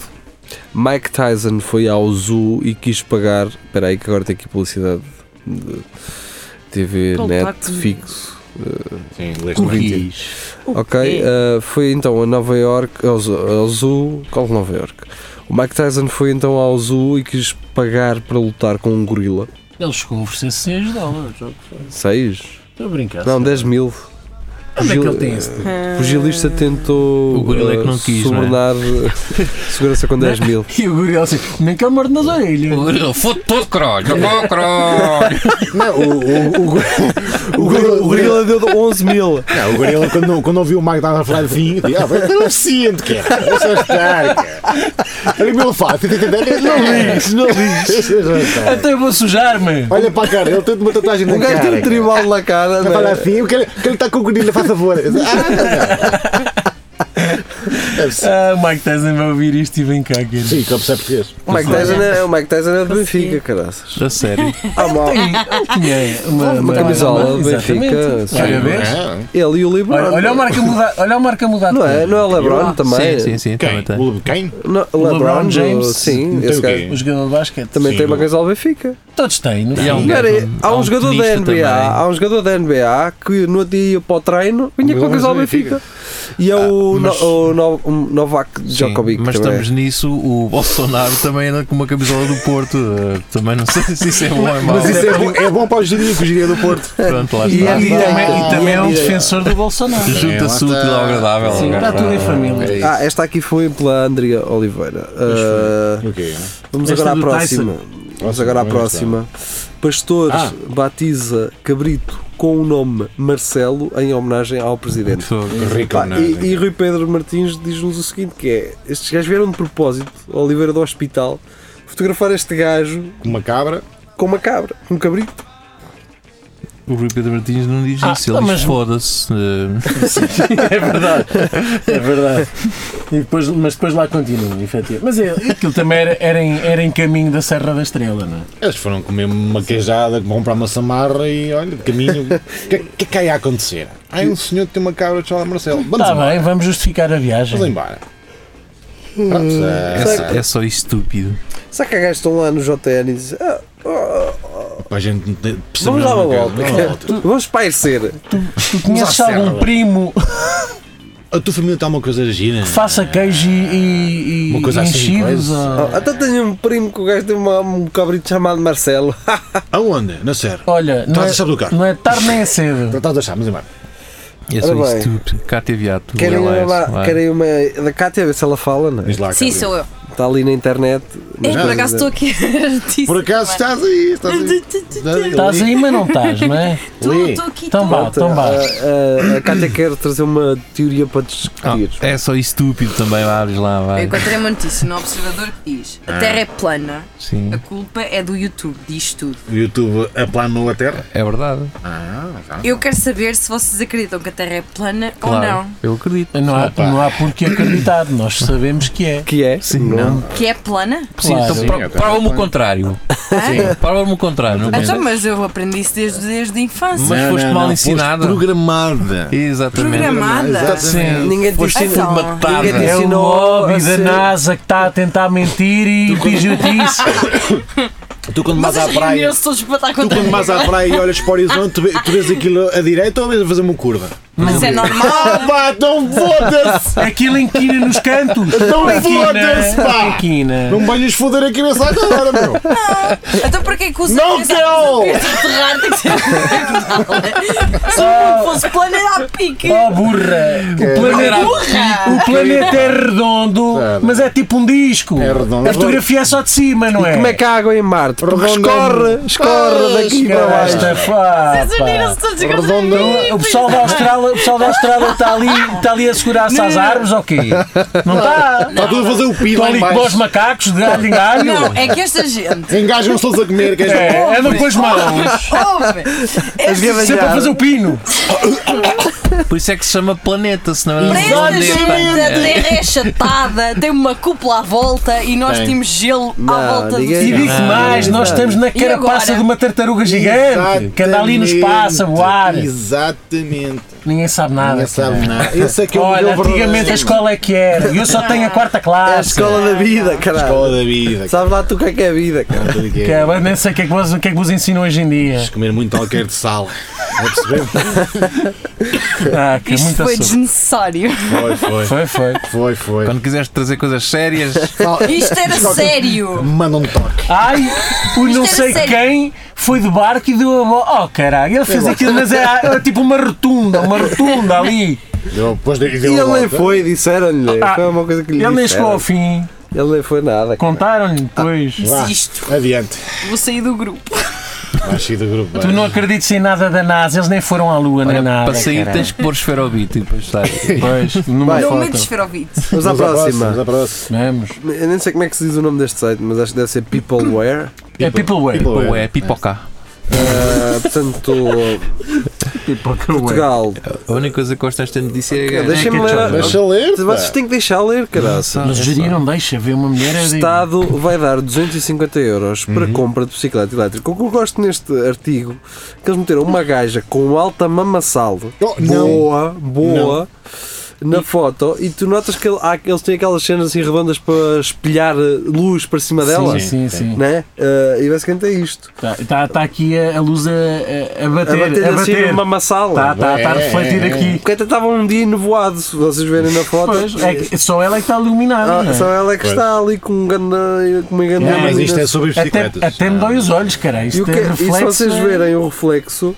Speaker 1: Mike Tyson foi ao zoo e quis pagar. Espera aí, que agora tem aqui publicidade de TV, net,
Speaker 4: Contacto.
Speaker 1: fixo.
Speaker 6: Sim, leste bem.
Speaker 1: Ok, ah, foi então a Nova York, ao zoo, ao zoo. Qual de Nova York? O Mike Tyson foi então ao zoo e quis pagar para lutar com um gorila.
Speaker 5: Ele chegou a oferecer 6 dólares. ó.
Speaker 1: 6?
Speaker 5: Estou a brincar.
Speaker 1: Não, 10 mil.
Speaker 5: Onde é que ele
Speaker 1: Gil-
Speaker 5: tem esse dinheiro?
Speaker 1: O gilista tentou
Speaker 3: O gorila é que não
Speaker 1: ah,
Speaker 3: quis, não é?
Speaker 1: subornar ah, [laughs] segurança com 10 mil.
Speaker 5: E o gorila assim, nem que ele morde nas orelhas.
Speaker 3: Foto todo crolho, todo crolho.
Speaker 6: Não, o, o, [laughs] o, o,
Speaker 1: O gorila, o gorila deu 11 mil.
Speaker 6: Não, o gorila, quando, não- quando ouviu o Mike dar a falar de vinho, disse, ah, vai ter um ciente, cara. Deixa eu estar, cara. Olha o meu fato. Não ligues, não ligues. Deixa eu estar.
Speaker 5: Até eu vou sujar-me.
Speaker 6: Olha para a cara, ele tem uma tatuagem na
Speaker 1: O gajo
Speaker 6: cara.
Speaker 1: tem um tribal na cara.
Speaker 6: cara. Vai falar
Speaker 1: né?
Speaker 6: assim, eu quero, quero estar com o gorila, faz favor. Ah, não. É
Speaker 5: Ah, o Mike Tyson vai ouvir isto e vem cá, querido.
Speaker 6: Sim, que tá eu percebo português.
Speaker 1: O Mike Tyson é, o Mike Tyson é do Benfica, caraças.
Speaker 3: A sério.
Speaker 1: Ah, mal.
Speaker 5: Tinha uma,
Speaker 1: Uma camisola do
Speaker 5: exatamente.
Speaker 1: Benfica, sim.
Speaker 5: Olha, vês?
Speaker 6: Ah,
Speaker 1: Ele e o LeBron.
Speaker 5: Olha, olha o marca mudar, olha o marca mudar.
Speaker 1: Não é? Não é LeBron também?
Speaker 3: Sim, sim, sim,
Speaker 6: Quem?
Speaker 3: também tem.
Speaker 6: O quem?
Speaker 1: Não, LeBron,
Speaker 5: LeBron James.
Speaker 1: do- Sim,
Speaker 6: Tem
Speaker 1: esse
Speaker 6: o quê?
Speaker 1: gajo.
Speaker 5: O jogador de basquete.
Speaker 1: Também
Speaker 6: Sim,
Speaker 1: tem uma
Speaker 6: o-
Speaker 1: camisola do Benfica.
Speaker 5: Todos têm, não
Speaker 3: E há um
Speaker 1: Cara,
Speaker 3: gajo-
Speaker 1: há um jogador da
Speaker 3: tenista
Speaker 1: NBA,
Speaker 3: também.
Speaker 1: há um jogador da NBA que no outro dia ia para o treino, vinha com a
Speaker 6: Mas
Speaker 1: camisola do
Speaker 6: é do
Speaker 1: Benfica. E é o,
Speaker 3: Ah, mas-
Speaker 1: No- o No- o Novak
Speaker 3: Sim,
Speaker 1: Djokovic.
Speaker 3: mas
Speaker 1: também.
Speaker 3: estamos nisso, o Bolsonaro também anda com uma camisola do Porto. eh, Também não sei se isso é bom ou é mau.
Speaker 6: Mas isso é bom, é bom para o Girinha, que o Girinha é do Porto.
Speaker 3: Pronto, lá
Speaker 5: E,
Speaker 3: está.
Speaker 5: também, e também é um
Speaker 2: direita.
Speaker 5: defensor do Bolsonaro.
Speaker 3: Junta-se o
Speaker 2: lá
Speaker 3: útil ao
Speaker 2: está.
Speaker 3: agradável.
Speaker 5: Sim,
Speaker 3: agora.
Speaker 5: está tudo em família.
Speaker 6: É
Speaker 1: Ah, esta aqui foi pela Andrea Oliveira. Ah,
Speaker 6: Ok.
Speaker 1: vamos
Speaker 5: Esta
Speaker 1: agora à
Speaker 5: do
Speaker 1: próxima. Vamos agora à
Speaker 6: Vamos lá.
Speaker 1: próxima. Pastor
Speaker 6: Ah.
Speaker 1: batiza cabrito com o nome Marcelo em homenagem ao presidente.
Speaker 3: Fogo.
Speaker 2: Rico,
Speaker 1: Pá,
Speaker 2: não,
Speaker 1: e,
Speaker 2: rico.
Speaker 1: e Rui Pedro Martins diz-nos o seguinte: que é estes gajos vieram de propósito ao Oliveira do Hospital fotografar este gajo
Speaker 6: Uma cabra.
Speaker 1: com uma cabra, um cabrito.
Speaker 3: O Rui Pedro Martins não diz
Speaker 5: Ah,
Speaker 3: isso, ele
Speaker 5: não,
Speaker 3: diz
Speaker 5: mas-
Speaker 3: foda-se. eh,
Speaker 5: [laughs] É verdade, é verdade. E depois, mas depois lá continua, efetivamente. Mas é, aquilo também era, era, em, era em caminho da Serra da Estrela, não é?
Speaker 6: Eles foram comer uma queijada, comprar uma samarra e olha, de caminho. O que, que é que aí a acontecer? Ai, um senhor que tem uma cabra de Chala Marcelo. Vamos
Speaker 5: Está
Speaker 6: embora.
Speaker 5: Tá bem, vamos justificar a
Speaker 6: Vamos
Speaker 5: viagem.
Speaker 6: embora. Vamos
Speaker 3: É,
Speaker 6: a...
Speaker 3: só- é só isso estúpido.
Speaker 1: Será que há gajos que estão lá no JN e dizem: "Ah, oh,
Speaker 6: Para a gente não ter-
Speaker 1: vamos
Speaker 6: perceber
Speaker 1: dar uma
Speaker 6: nada,
Speaker 1: volta,
Speaker 6: vamos dar uma volta.
Speaker 1: vamos espairecer.
Speaker 5: Tu conheces
Speaker 6: à Serra.
Speaker 5: algum primo
Speaker 6: A tua família está uma coisa gira.
Speaker 5: que faça queijo e, e-
Speaker 6: Uma coisa
Speaker 5: e
Speaker 6: assim,
Speaker 5: enchidos?
Speaker 6: coisa.
Speaker 5: ah, ou-
Speaker 1: Oh, até tenho um primo que o gajo tem uma- um cabrito chamado Marcelo.
Speaker 6: Aonde? Na serra.
Speaker 5: Olha, não
Speaker 6: Estás a
Speaker 5: é,
Speaker 6: deixar Tá, do carro.
Speaker 5: não é tarde nem
Speaker 6: [laughs]
Speaker 5: é cedo.
Speaker 6: Estás a deixar, mas embora.
Speaker 3: É
Speaker 1: Ora
Speaker 3: só isso
Speaker 1: bem.
Speaker 3: estúpido. Cátia Viato.
Speaker 1: Querem
Speaker 3: vai lá,
Speaker 1: uma,
Speaker 3: isso, é vai.
Speaker 1: querem uma da Cátia, ver se ela fala, não é?
Speaker 6: Diz lá,
Speaker 4: Sim,
Speaker 6: cabra.
Speaker 4: sou eu.
Speaker 1: Está ali na internet.
Speaker 4: É,
Speaker 1: mas
Speaker 4: por acaso estou
Speaker 1: pode
Speaker 4: aqui.
Speaker 6: Por acaso estás aí, estás aí. Estás aí.
Speaker 5: Estás aí, mas não estás, não é?
Speaker 6: Lê.
Speaker 4: Estou aqui.
Speaker 5: Então
Speaker 4: tô.
Speaker 5: vá,
Speaker 1: dizer.
Speaker 5: então vá.
Speaker 1: A, a- a Cátia quer trazer uma teoria para
Speaker 3: Ah,
Speaker 1: discutir.
Speaker 3: é só isso estúpido também, vá, abres lá,
Speaker 4: Eu
Speaker 3: vai.
Speaker 4: encontrei uma notícia no Observador que diz:
Speaker 3: Ah.
Speaker 4: A Terra é plana,
Speaker 3: Sim,
Speaker 4: a culpa é do YouTube, diz tudo.
Speaker 6: O YouTube aplanou a terra.
Speaker 3: é verdade. Tá.
Speaker 4: Eu quero saber se vocês acreditam que a Terra é plana ou
Speaker 3: Claro,
Speaker 4: não.
Speaker 3: eu acredito.
Speaker 5: Não há,
Speaker 6: Opa.
Speaker 5: não há por que acreditar, nós sabemos que é.
Speaker 1: Que é?
Speaker 3: Sim,
Speaker 1: não.
Speaker 4: Que é plana?
Speaker 3: Sim,
Speaker 5: Claro.
Speaker 3: então
Speaker 5: Sim,
Speaker 3: pro-
Speaker 6: eu também
Speaker 3: prova-me o
Speaker 6: apoio.
Speaker 3: contrário.
Speaker 4: Hã?
Speaker 3: Prova-me o contrário. Não
Speaker 4: Então, mas eu aprendi isso desde, desde a infância.
Speaker 3: Mas foste mal ensinada.
Speaker 6: Programada.
Speaker 3: Exatamente.
Speaker 4: Programada.
Speaker 3: Sim.
Speaker 1: Ninguém te
Speaker 3: Foste
Speaker 6: assim.
Speaker 1: ensina.
Speaker 3: formatada.
Speaker 1: Ninguém te
Speaker 5: É o
Speaker 1: ensinou a
Speaker 5: lobby da
Speaker 1: ser-
Speaker 5: NASA que está a tentar mentir e
Speaker 6: Então,
Speaker 5: bijutice.
Speaker 6: Tu quando vas à
Speaker 4: Vocês
Speaker 6: praia.
Speaker 4: reuniram-se todos para estar
Speaker 6: Tu quando
Speaker 4: contra
Speaker 6: vas à praia e olhas para o horizonte, tu vê- tu vês aquilo à direita ou vês a fazer uma curva?
Speaker 4: Mas é normal.
Speaker 6: Ah, Pá, não foda-se!
Speaker 5: É Aquilo inquina nos cantos. né?
Speaker 6: Então
Speaker 5: Inquina,
Speaker 6: foda-se, pá!
Speaker 5: é Inquina.
Speaker 6: Não me venhas foder aqui nessa agora, meu!
Speaker 4: Então para que é que usam
Speaker 6: Não, não!
Speaker 4: enterrar tem que ser diagonal? Se o mundo fosse plano era a pique.
Speaker 5: Oh Ah, burra!
Speaker 6: É.
Speaker 5: O planeta,
Speaker 4: Burra!
Speaker 5: o planeta é redondo,
Speaker 6: Sério.
Speaker 5: mas é tipo um disco.
Speaker 6: É redondo.
Speaker 5: A fotografia é só de cima, não é?
Speaker 1: Como é que há água em Marte? Porque
Speaker 6: Redonda.
Speaker 1: escorre, escorre
Speaker 6: Ah,
Speaker 1: daqui para baixo.
Speaker 5: Então, Esta fapa.
Speaker 4: Vocês uniram-se todos e
Speaker 6: Redondo.
Speaker 5: O pessoal da Austrália, o pessoal da Austrália está ali, está ali a segurar-se às árvores ou quê? Não está?
Speaker 6: Está tudo a fazer o pi
Speaker 5: Estão
Speaker 6: lá
Speaker 5: ali
Speaker 6: em
Speaker 5: com os
Speaker 6: baixo.
Speaker 5: macacos de galho em galho?
Speaker 4: Não, é que esta gente.
Speaker 6: Engajam-se todos a comer, queres ver?
Speaker 5: É, andam com as mãos.
Speaker 4: Ouve!
Speaker 1: As
Speaker 4: Esta-
Speaker 1: gavanhadas.
Speaker 5: Sempre a fazer o pino.
Speaker 3: Por isso é que se chama planeta, senão era
Speaker 4: Para esta
Speaker 3: planeta.
Speaker 4: gente, a terra é chatada, tem uma cúpula à volta e nós
Speaker 6: Tem.
Speaker 4: temos gelo à
Speaker 1: Não,
Speaker 4: volta
Speaker 5: E
Speaker 1: ninguém-
Speaker 4: do
Speaker 5: digo mais, nós estamos na carapaça
Speaker 4: agora?
Speaker 5: de uma tartaruga gigante que anda ali no espaço a voar.
Speaker 6: Exatamente.
Speaker 5: Ninguém sabe nada.
Speaker 6: Ninguém sabe nada. Esse é que é o
Speaker 5: Olha,
Speaker 6: modelo
Speaker 5: antigamente a
Speaker 6: verdadeiro.
Speaker 5: escola é que era e eu só
Speaker 4: Ah.
Speaker 5: tenho a quarta
Speaker 1: É a
Speaker 5: classe.
Speaker 1: escola da vida,
Speaker 6: Escola
Speaker 1: caralho.
Speaker 6: da vida.
Speaker 1: Sabes lá tu o que é que é a vida, cara.
Speaker 6: Sabe o que
Speaker 5: Que
Speaker 6: é?
Speaker 5: é, eu nem sei o que é que vos, o que é que vos ensinam hoje em dia.
Speaker 6: Tens de comer muito alqueire de sal. Não
Speaker 5: [laughs]
Speaker 6: percebeu?
Speaker 5: Ah, que
Speaker 4: Isto
Speaker 5: muita
Speaker 4: foi
Speaker 5: sorte.
Speaker 4: [laughs] desnecessário.
Speaker 6: Foi, foi.
Speaker 5: Foi, foi.
Speaker 6: Foi, foi.
Speaker 3: Quando quiseres trazer coisas
Speaker 5: [laughs]
Speaker 3: sérias,
Speaker 4: Isto era sério.
Speaker 6: Manda um toque.
Speaker 5: Ai, o não
Speaker 4: era
Speaker 5: sei
Speaker 4: sério.
Speaker 5: quem foi de barco e deu a bola. Oh caralho, ele fez aquilo, mas era, era tipo uma rotunda, uma
Speaker 1: [laughs]
Speaker 5: rotunda ali.
Speaker 6: Deu- Depois deu,
Speaker 1: E
Speaker 6: deu
Speaker 1: ele
Speaker 6: a
Speaker 1: nem
Speaker 6: volta.
Speaker 1: foi, disseram-lhe.
Speaker 5: Ah,
Speaker 1: Foi uma coisa que lhe
Speaker 5: Ele nem
Speaker 1: disseram.
Speaker 5: chegou ao fim.
Speaker 1: Ele nem foi nada. cara.
Speaker 5: Contaram-lhe depois.
Speaker 6: Vá,
Speaker 4: Desisto.
Speaker 6: Adiante.
Speaker 4: Vou sair do grupo.
Speaker 6: Vais sair do
Speaker 1: Ah,
Speaker 6: grupo.
Speaker 5: Tu
Speaker 6: vai.
Speaker 5: não acredites em nada da NASA, eles nem foram à Lua nem é nada.
Speaker 3: para sair
Speaker 5: caralho.
Speaker 3: tens que pôr esferobito e depois sai.
Speaker 1: [laughs]
Speaker 5: Pois, numa
Speaker 1: Vai.
Speaker 4: Não me
Speaker 5: foto.
Speaker 4: desferovite.
Speaker 1: Vamos à
Speaker 6: Vamos à próxima.
Speaker 1: próxima.
Speaker 6: Vamos à próxima.
Speaker 5: Vamos.
Speaker 1: Eu nem sei como é que se diz o nome deste site, mas acho que deve ser Peopleware.
Speaker 5: É Peopleware.
Speaker 3: Ou é pipoca.
Speaker 1: Ah, portanto, Portugal.
Speaker 3: A única coisa que gosto desta notícia é
Speaker 1: Cara, Deixa-me
Speaker 5: que é
Speaker 1: ler.
Speaker 6: Deixa ler.
Speaker 1: Vocês têm que deixar ler, caralho.
Speaker 5: Mas o gerir não deixa ver uma mulher.
Speaker 1: O
Speaker 5: é de-
Speaker 1: Estado vai dar 250 euros para compra de bicicleta elétrica. O que eu gosto neste artigo um que eles meteram uma gaja com alta mamassal.
Speaker 6: Oh, não.
Speaker 1: boa, boa. na foto e tu notas que ele- há- eles têm aquelas cenas assim redondas para espelhar eh, luz para cima dela.
Speaker 5: Sim, sim, sim.
Speaker 1: Né? Eh, e basicamente é isto.
Speaker 5: Está Tá, aqui a, a luz a, a- a
Speaker 1: A
Speaker 5: bater.
Speaker 1: bater
Speaker 5: A
Speaker 1: assim
Speaker 5: bater.
Speaker 1: numa É, maçala.
Speaker 5: Está tá, tá a refletir aqui.
Speaker 1: Porque até estava um dia nevoado, se vocês verem na foto.
Speaker 5: Pois, é que só ela é que está iluminada.
Speaker 1: Ah,
Speaker 5: não é?
Speaker 1: só ela é que
Speaker 7: Pois.
Speaker 1: está ali com um grande. Com uma grande
Speaker 6: Ah,
Speaker 5: Não, mas
Speaker 7: isto é sobre
Speaker 5: Até,
Speaker 7: bicicletas.
Speaker 5: até me dói os olhos, cara.
Speaker 1: E,
Speaker 5: Isto
Speaker 1: o que,
Speaker 5: é
Speaker 1: e se
Speaker 5: reflexo.
Speaker 1: vocês
Speaker 5: é-
Speaker 1: verem o reflexo,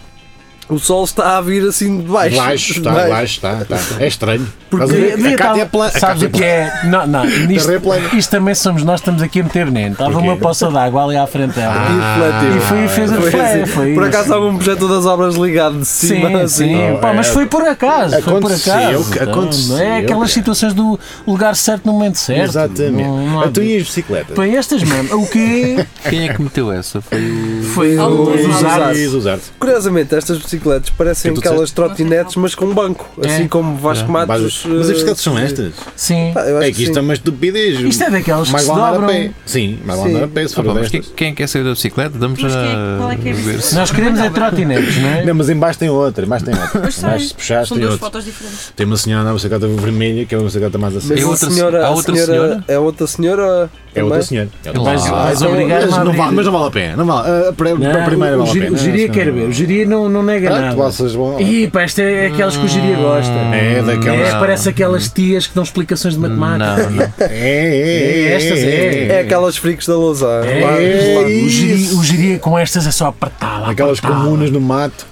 Speaker 1: o sol está a vir assim de baixo.
Speaker 6: Baixo,
Speaker 1: De
Speaker 7: tá,
Speaker 6: está, baixo, está, está. É estranho. Estás a
Speaker 5: Devia-
Speaker 6: ver?
Speaker 5: devia
Speaker 6: A Cátia
Speaker 5: estar-
Speaker 6: é plana. a
Speaker 5: Sabes
Speaker 6: Cátia
Speaker 5: o que é?
Speaker 6: [laughs]
Speaker 5: Não, não. Isto,
Speaker 6: Terra é plana.
Speaker 5: isto também somos nós que estamos aqui a meter veneno. Estava uma poça d'água ali à frente dela.
Speaker 6: Ah,
Speaker 1: refletiu.
Speaker 5: e foi- fez a
Speaker 1: Foi
Speaker 5: reflexo,
Speaker 1: assim.
Speaker 5: foi
Speaker 1: Por
Speaker 5: isso.
Speaker 1: acaso estava um projeto das obras ligado de
Speaker 5: Sim,
Speaker 1: cima.
Speaker 5: sim,
Speaker 1: assim.
Speaker 5: pá, mas foi por acaso. Foi por
Speaker 6: Oh, é. Aconteceu,
Speaker 5: acaso.
Speaker 6: que
Speaker 5: Então,
Speaker 6: aconteceu,
Speaker 5: não é aquelas
Speaker 6: cara.
Speaker 5: situações do lugar certo no momento certo.
Speaker 6: é Exatamente.
Speaker 5: Não, não há
Speaker 7: Então e as bicicletas?
Speaker 5: Para estas mesmo. O quê?
Speaker 3: [laughs] Quem é que meteu essa? Foi o.
Speaker 5: Foi
Speaker 4: Ah,
Speaker 5: o
Speaker 4: os
Speaker 5: dos
Speaker 1: usados.
Speaker 5: ares.
Speaker 7: Diz os artes.
Speaker 1: Curiosamente, estas bicicletas parecem
Speaker 7: Tem tudo
Speaker 1: aquelas trotinetes, mas com banco.
Speaker 5: É.
Speaker 1: Assim como Vasco Matos.
Speaker 7: É. Mas as
Speaker 1: eh,
Speaker 7: bicicletas são estas?
Speaker 5: Sim.
Speaker 1: pá, eu acho
Speaker 7: É
Speaker 1: que
Speaker 7: que isto
Speaker 1: sim.
Speaker 7: é uma estupidez.
Speaker 5: Isto é daquelas que
Speaker 6: Mais
Speaker 5: se
Speaker 6: lá andar a
Speaker 5: dobram.
Speaker 6: pé.
Speaker 7: Sim, mas lá
Speaker 1: Sim.
Speaker 7: andar a pé se
Speaker 3: Ah,
Speaker 7: for
Speaker 3: pá, mas quem,
Speaker 7: destas.
Speaker 3: quem quer sair da bicicleta? Vamos
Speaker 4: Mas
Speaker 3: a
Speaker 4: quem é- qual é que é a
Speaker 3: ver se.
Speaker 5: Nós queremos é trotinetes, não é?
Speaker 6: Não, mas em baixo tem outra, em baixo tem outra.
Speaker 4: Pois sei.
Speaker 6: Mas se puxaste
Speaker 4: São
Speaker 6: tem
Speaker 4: duas
Speaker 6: outra.
Speaker 4: fotos diferentes.
Speaker 7: Tem uma senhora na bicicleta vermelha, que é uma bicicleta mais
Speaker 1: Mas
Speaker 7: acessível.
Speaker 1: a
Speaker 3: É outra-
Speaker 1: senhora,
Speaker 3: há
Speaker 1: a
Speaker 3: outra
Speaker 1: senhora-
Speaker 3: senhora?
Speaker 1: É outra senhora.
Speaker 7: É outra senhora. É outra
Speaker 3: Vais-
Speaker 7: senhora.
Speaker 5: Vais
Speaker 1: Ah,
Speaker 5: obrigar-me a
Speaker 6: Mas não,
Speaker 5: abrir.
Speaker 6: vale, mas não vale a pena, não vale. A, a, pre-
Speaker 5: Não,
Speaker 6: a primeira
Speaker 5: o,
Speaker 6: vale a
Speaker 5: giri-
Speaker 6: pena. é,
Speaker 5: o Giria quer ver, o Giria não, não nega
Speaker 6: Ah,
Speaker 5: nada.
Speaker 6: tu vocês vão-
Speaker 5: Ih, pá, esta é aquelas que o
Speaker 6: Hum,
Speaker 5: Giria gosta.
Speaker 7: É daquelas.
Speaker 5: É, parece aquelas tias que dão explicações de matemática.
Speaker 3: Não, não.
Speaker 6: É, é, é,
Speaker 5: É, estas é.
Speaker 1: É aquelas freaks da Lousã.
Speaker 5: É,
Speaker 1: lá- lá.
Speaker 5: O, giri,
Speaker 6: isso.
Speaker 5: o Giria com estas é só apertar lá.
Speaker 6: Aquelas
Speaker 5: apertar.
Speaker 6: comunas no mato.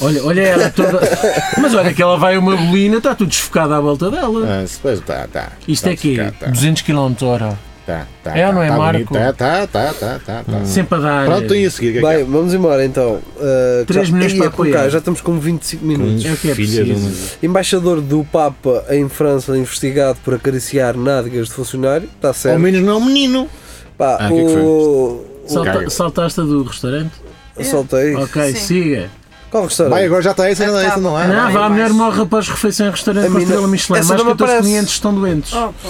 Speaker 5: Olha, olha
Speaker 6: [laughs]
Speaker 5: ela toda. Mas olha que ela vai uma bolina, está tudo desfocado à volta dela.
Speaker 6: Ah, se- pois, tá, tá.
Speaker 5: Isto é quê?
Speaker 6: Tá, tá,
Speaker 5: 200 km hora.
Speaker 6: tá, tá,
Speaker 5: É ou não é,
Speaker 6: tá
Speaker 5: Marco? Hum.
Speaker 6: bonito. Tá, tá, tá, tá, tá, tá.
Speaker 5: Sempre a dar.
Speaker 6: Pronto, e a seguir? o que é que é?
Speaker 1: Bem, vamos embora então. Uh,
Speaker 5: Três
Speaker 1: já-
Speaker 5: milhões
Speaker 1: Ia,
Speaker 5: para
Speaker 1: com
Speaker 5: apoiar.
Speaker 1: cá, Já estamos com 25 minutos.
Speaker 5: é o que é
Speaker 7: Filha de um-
Speaker 5: preciso.
Speaker 1: Embaixador do Papa em França investigado por acariciar nádegas de funcionário. Está
Speaker 6: Ao
Speaker 1: certo.
Speaker 6: menos não é um menino.
Speaker 1: Pá,
Speaker 7: Ah, o que é que foi?
Speaker 1: o...
Speaker 5: Salta,
Speaker 7: Caga.
Speaker 5: saltaste a do restaurante?
Speaker 1: o- Soltei.
Speaker 5: Ok,
Speaker 4: Sim.
Speaker 5: siga.
Speaker 1: Qual
Speaker 6: Vai,
Speaker 1: restaurante?
Speaker 6: agora já está essa, não é essa, não é?
Speaker 5: não,
Speaker 4: vai
Speaker 5: vá, a
Speaker 4: mais.
Speaker 5: mulher morre após refeição em
Speaker 1: A
Speaker 5: restaurante com
Speaker 1: mim
Speaker 5: estrela
Speaker 1: não-
Speaker 5: Michelin.
Speaker 1: essa
Speaker 5: Mais
Speaker 1: não me
Speaker 5: 14
Speaker 1: aparece.
Speaker 5: clientes estão doentes.
Speaker 4: Oh, pô.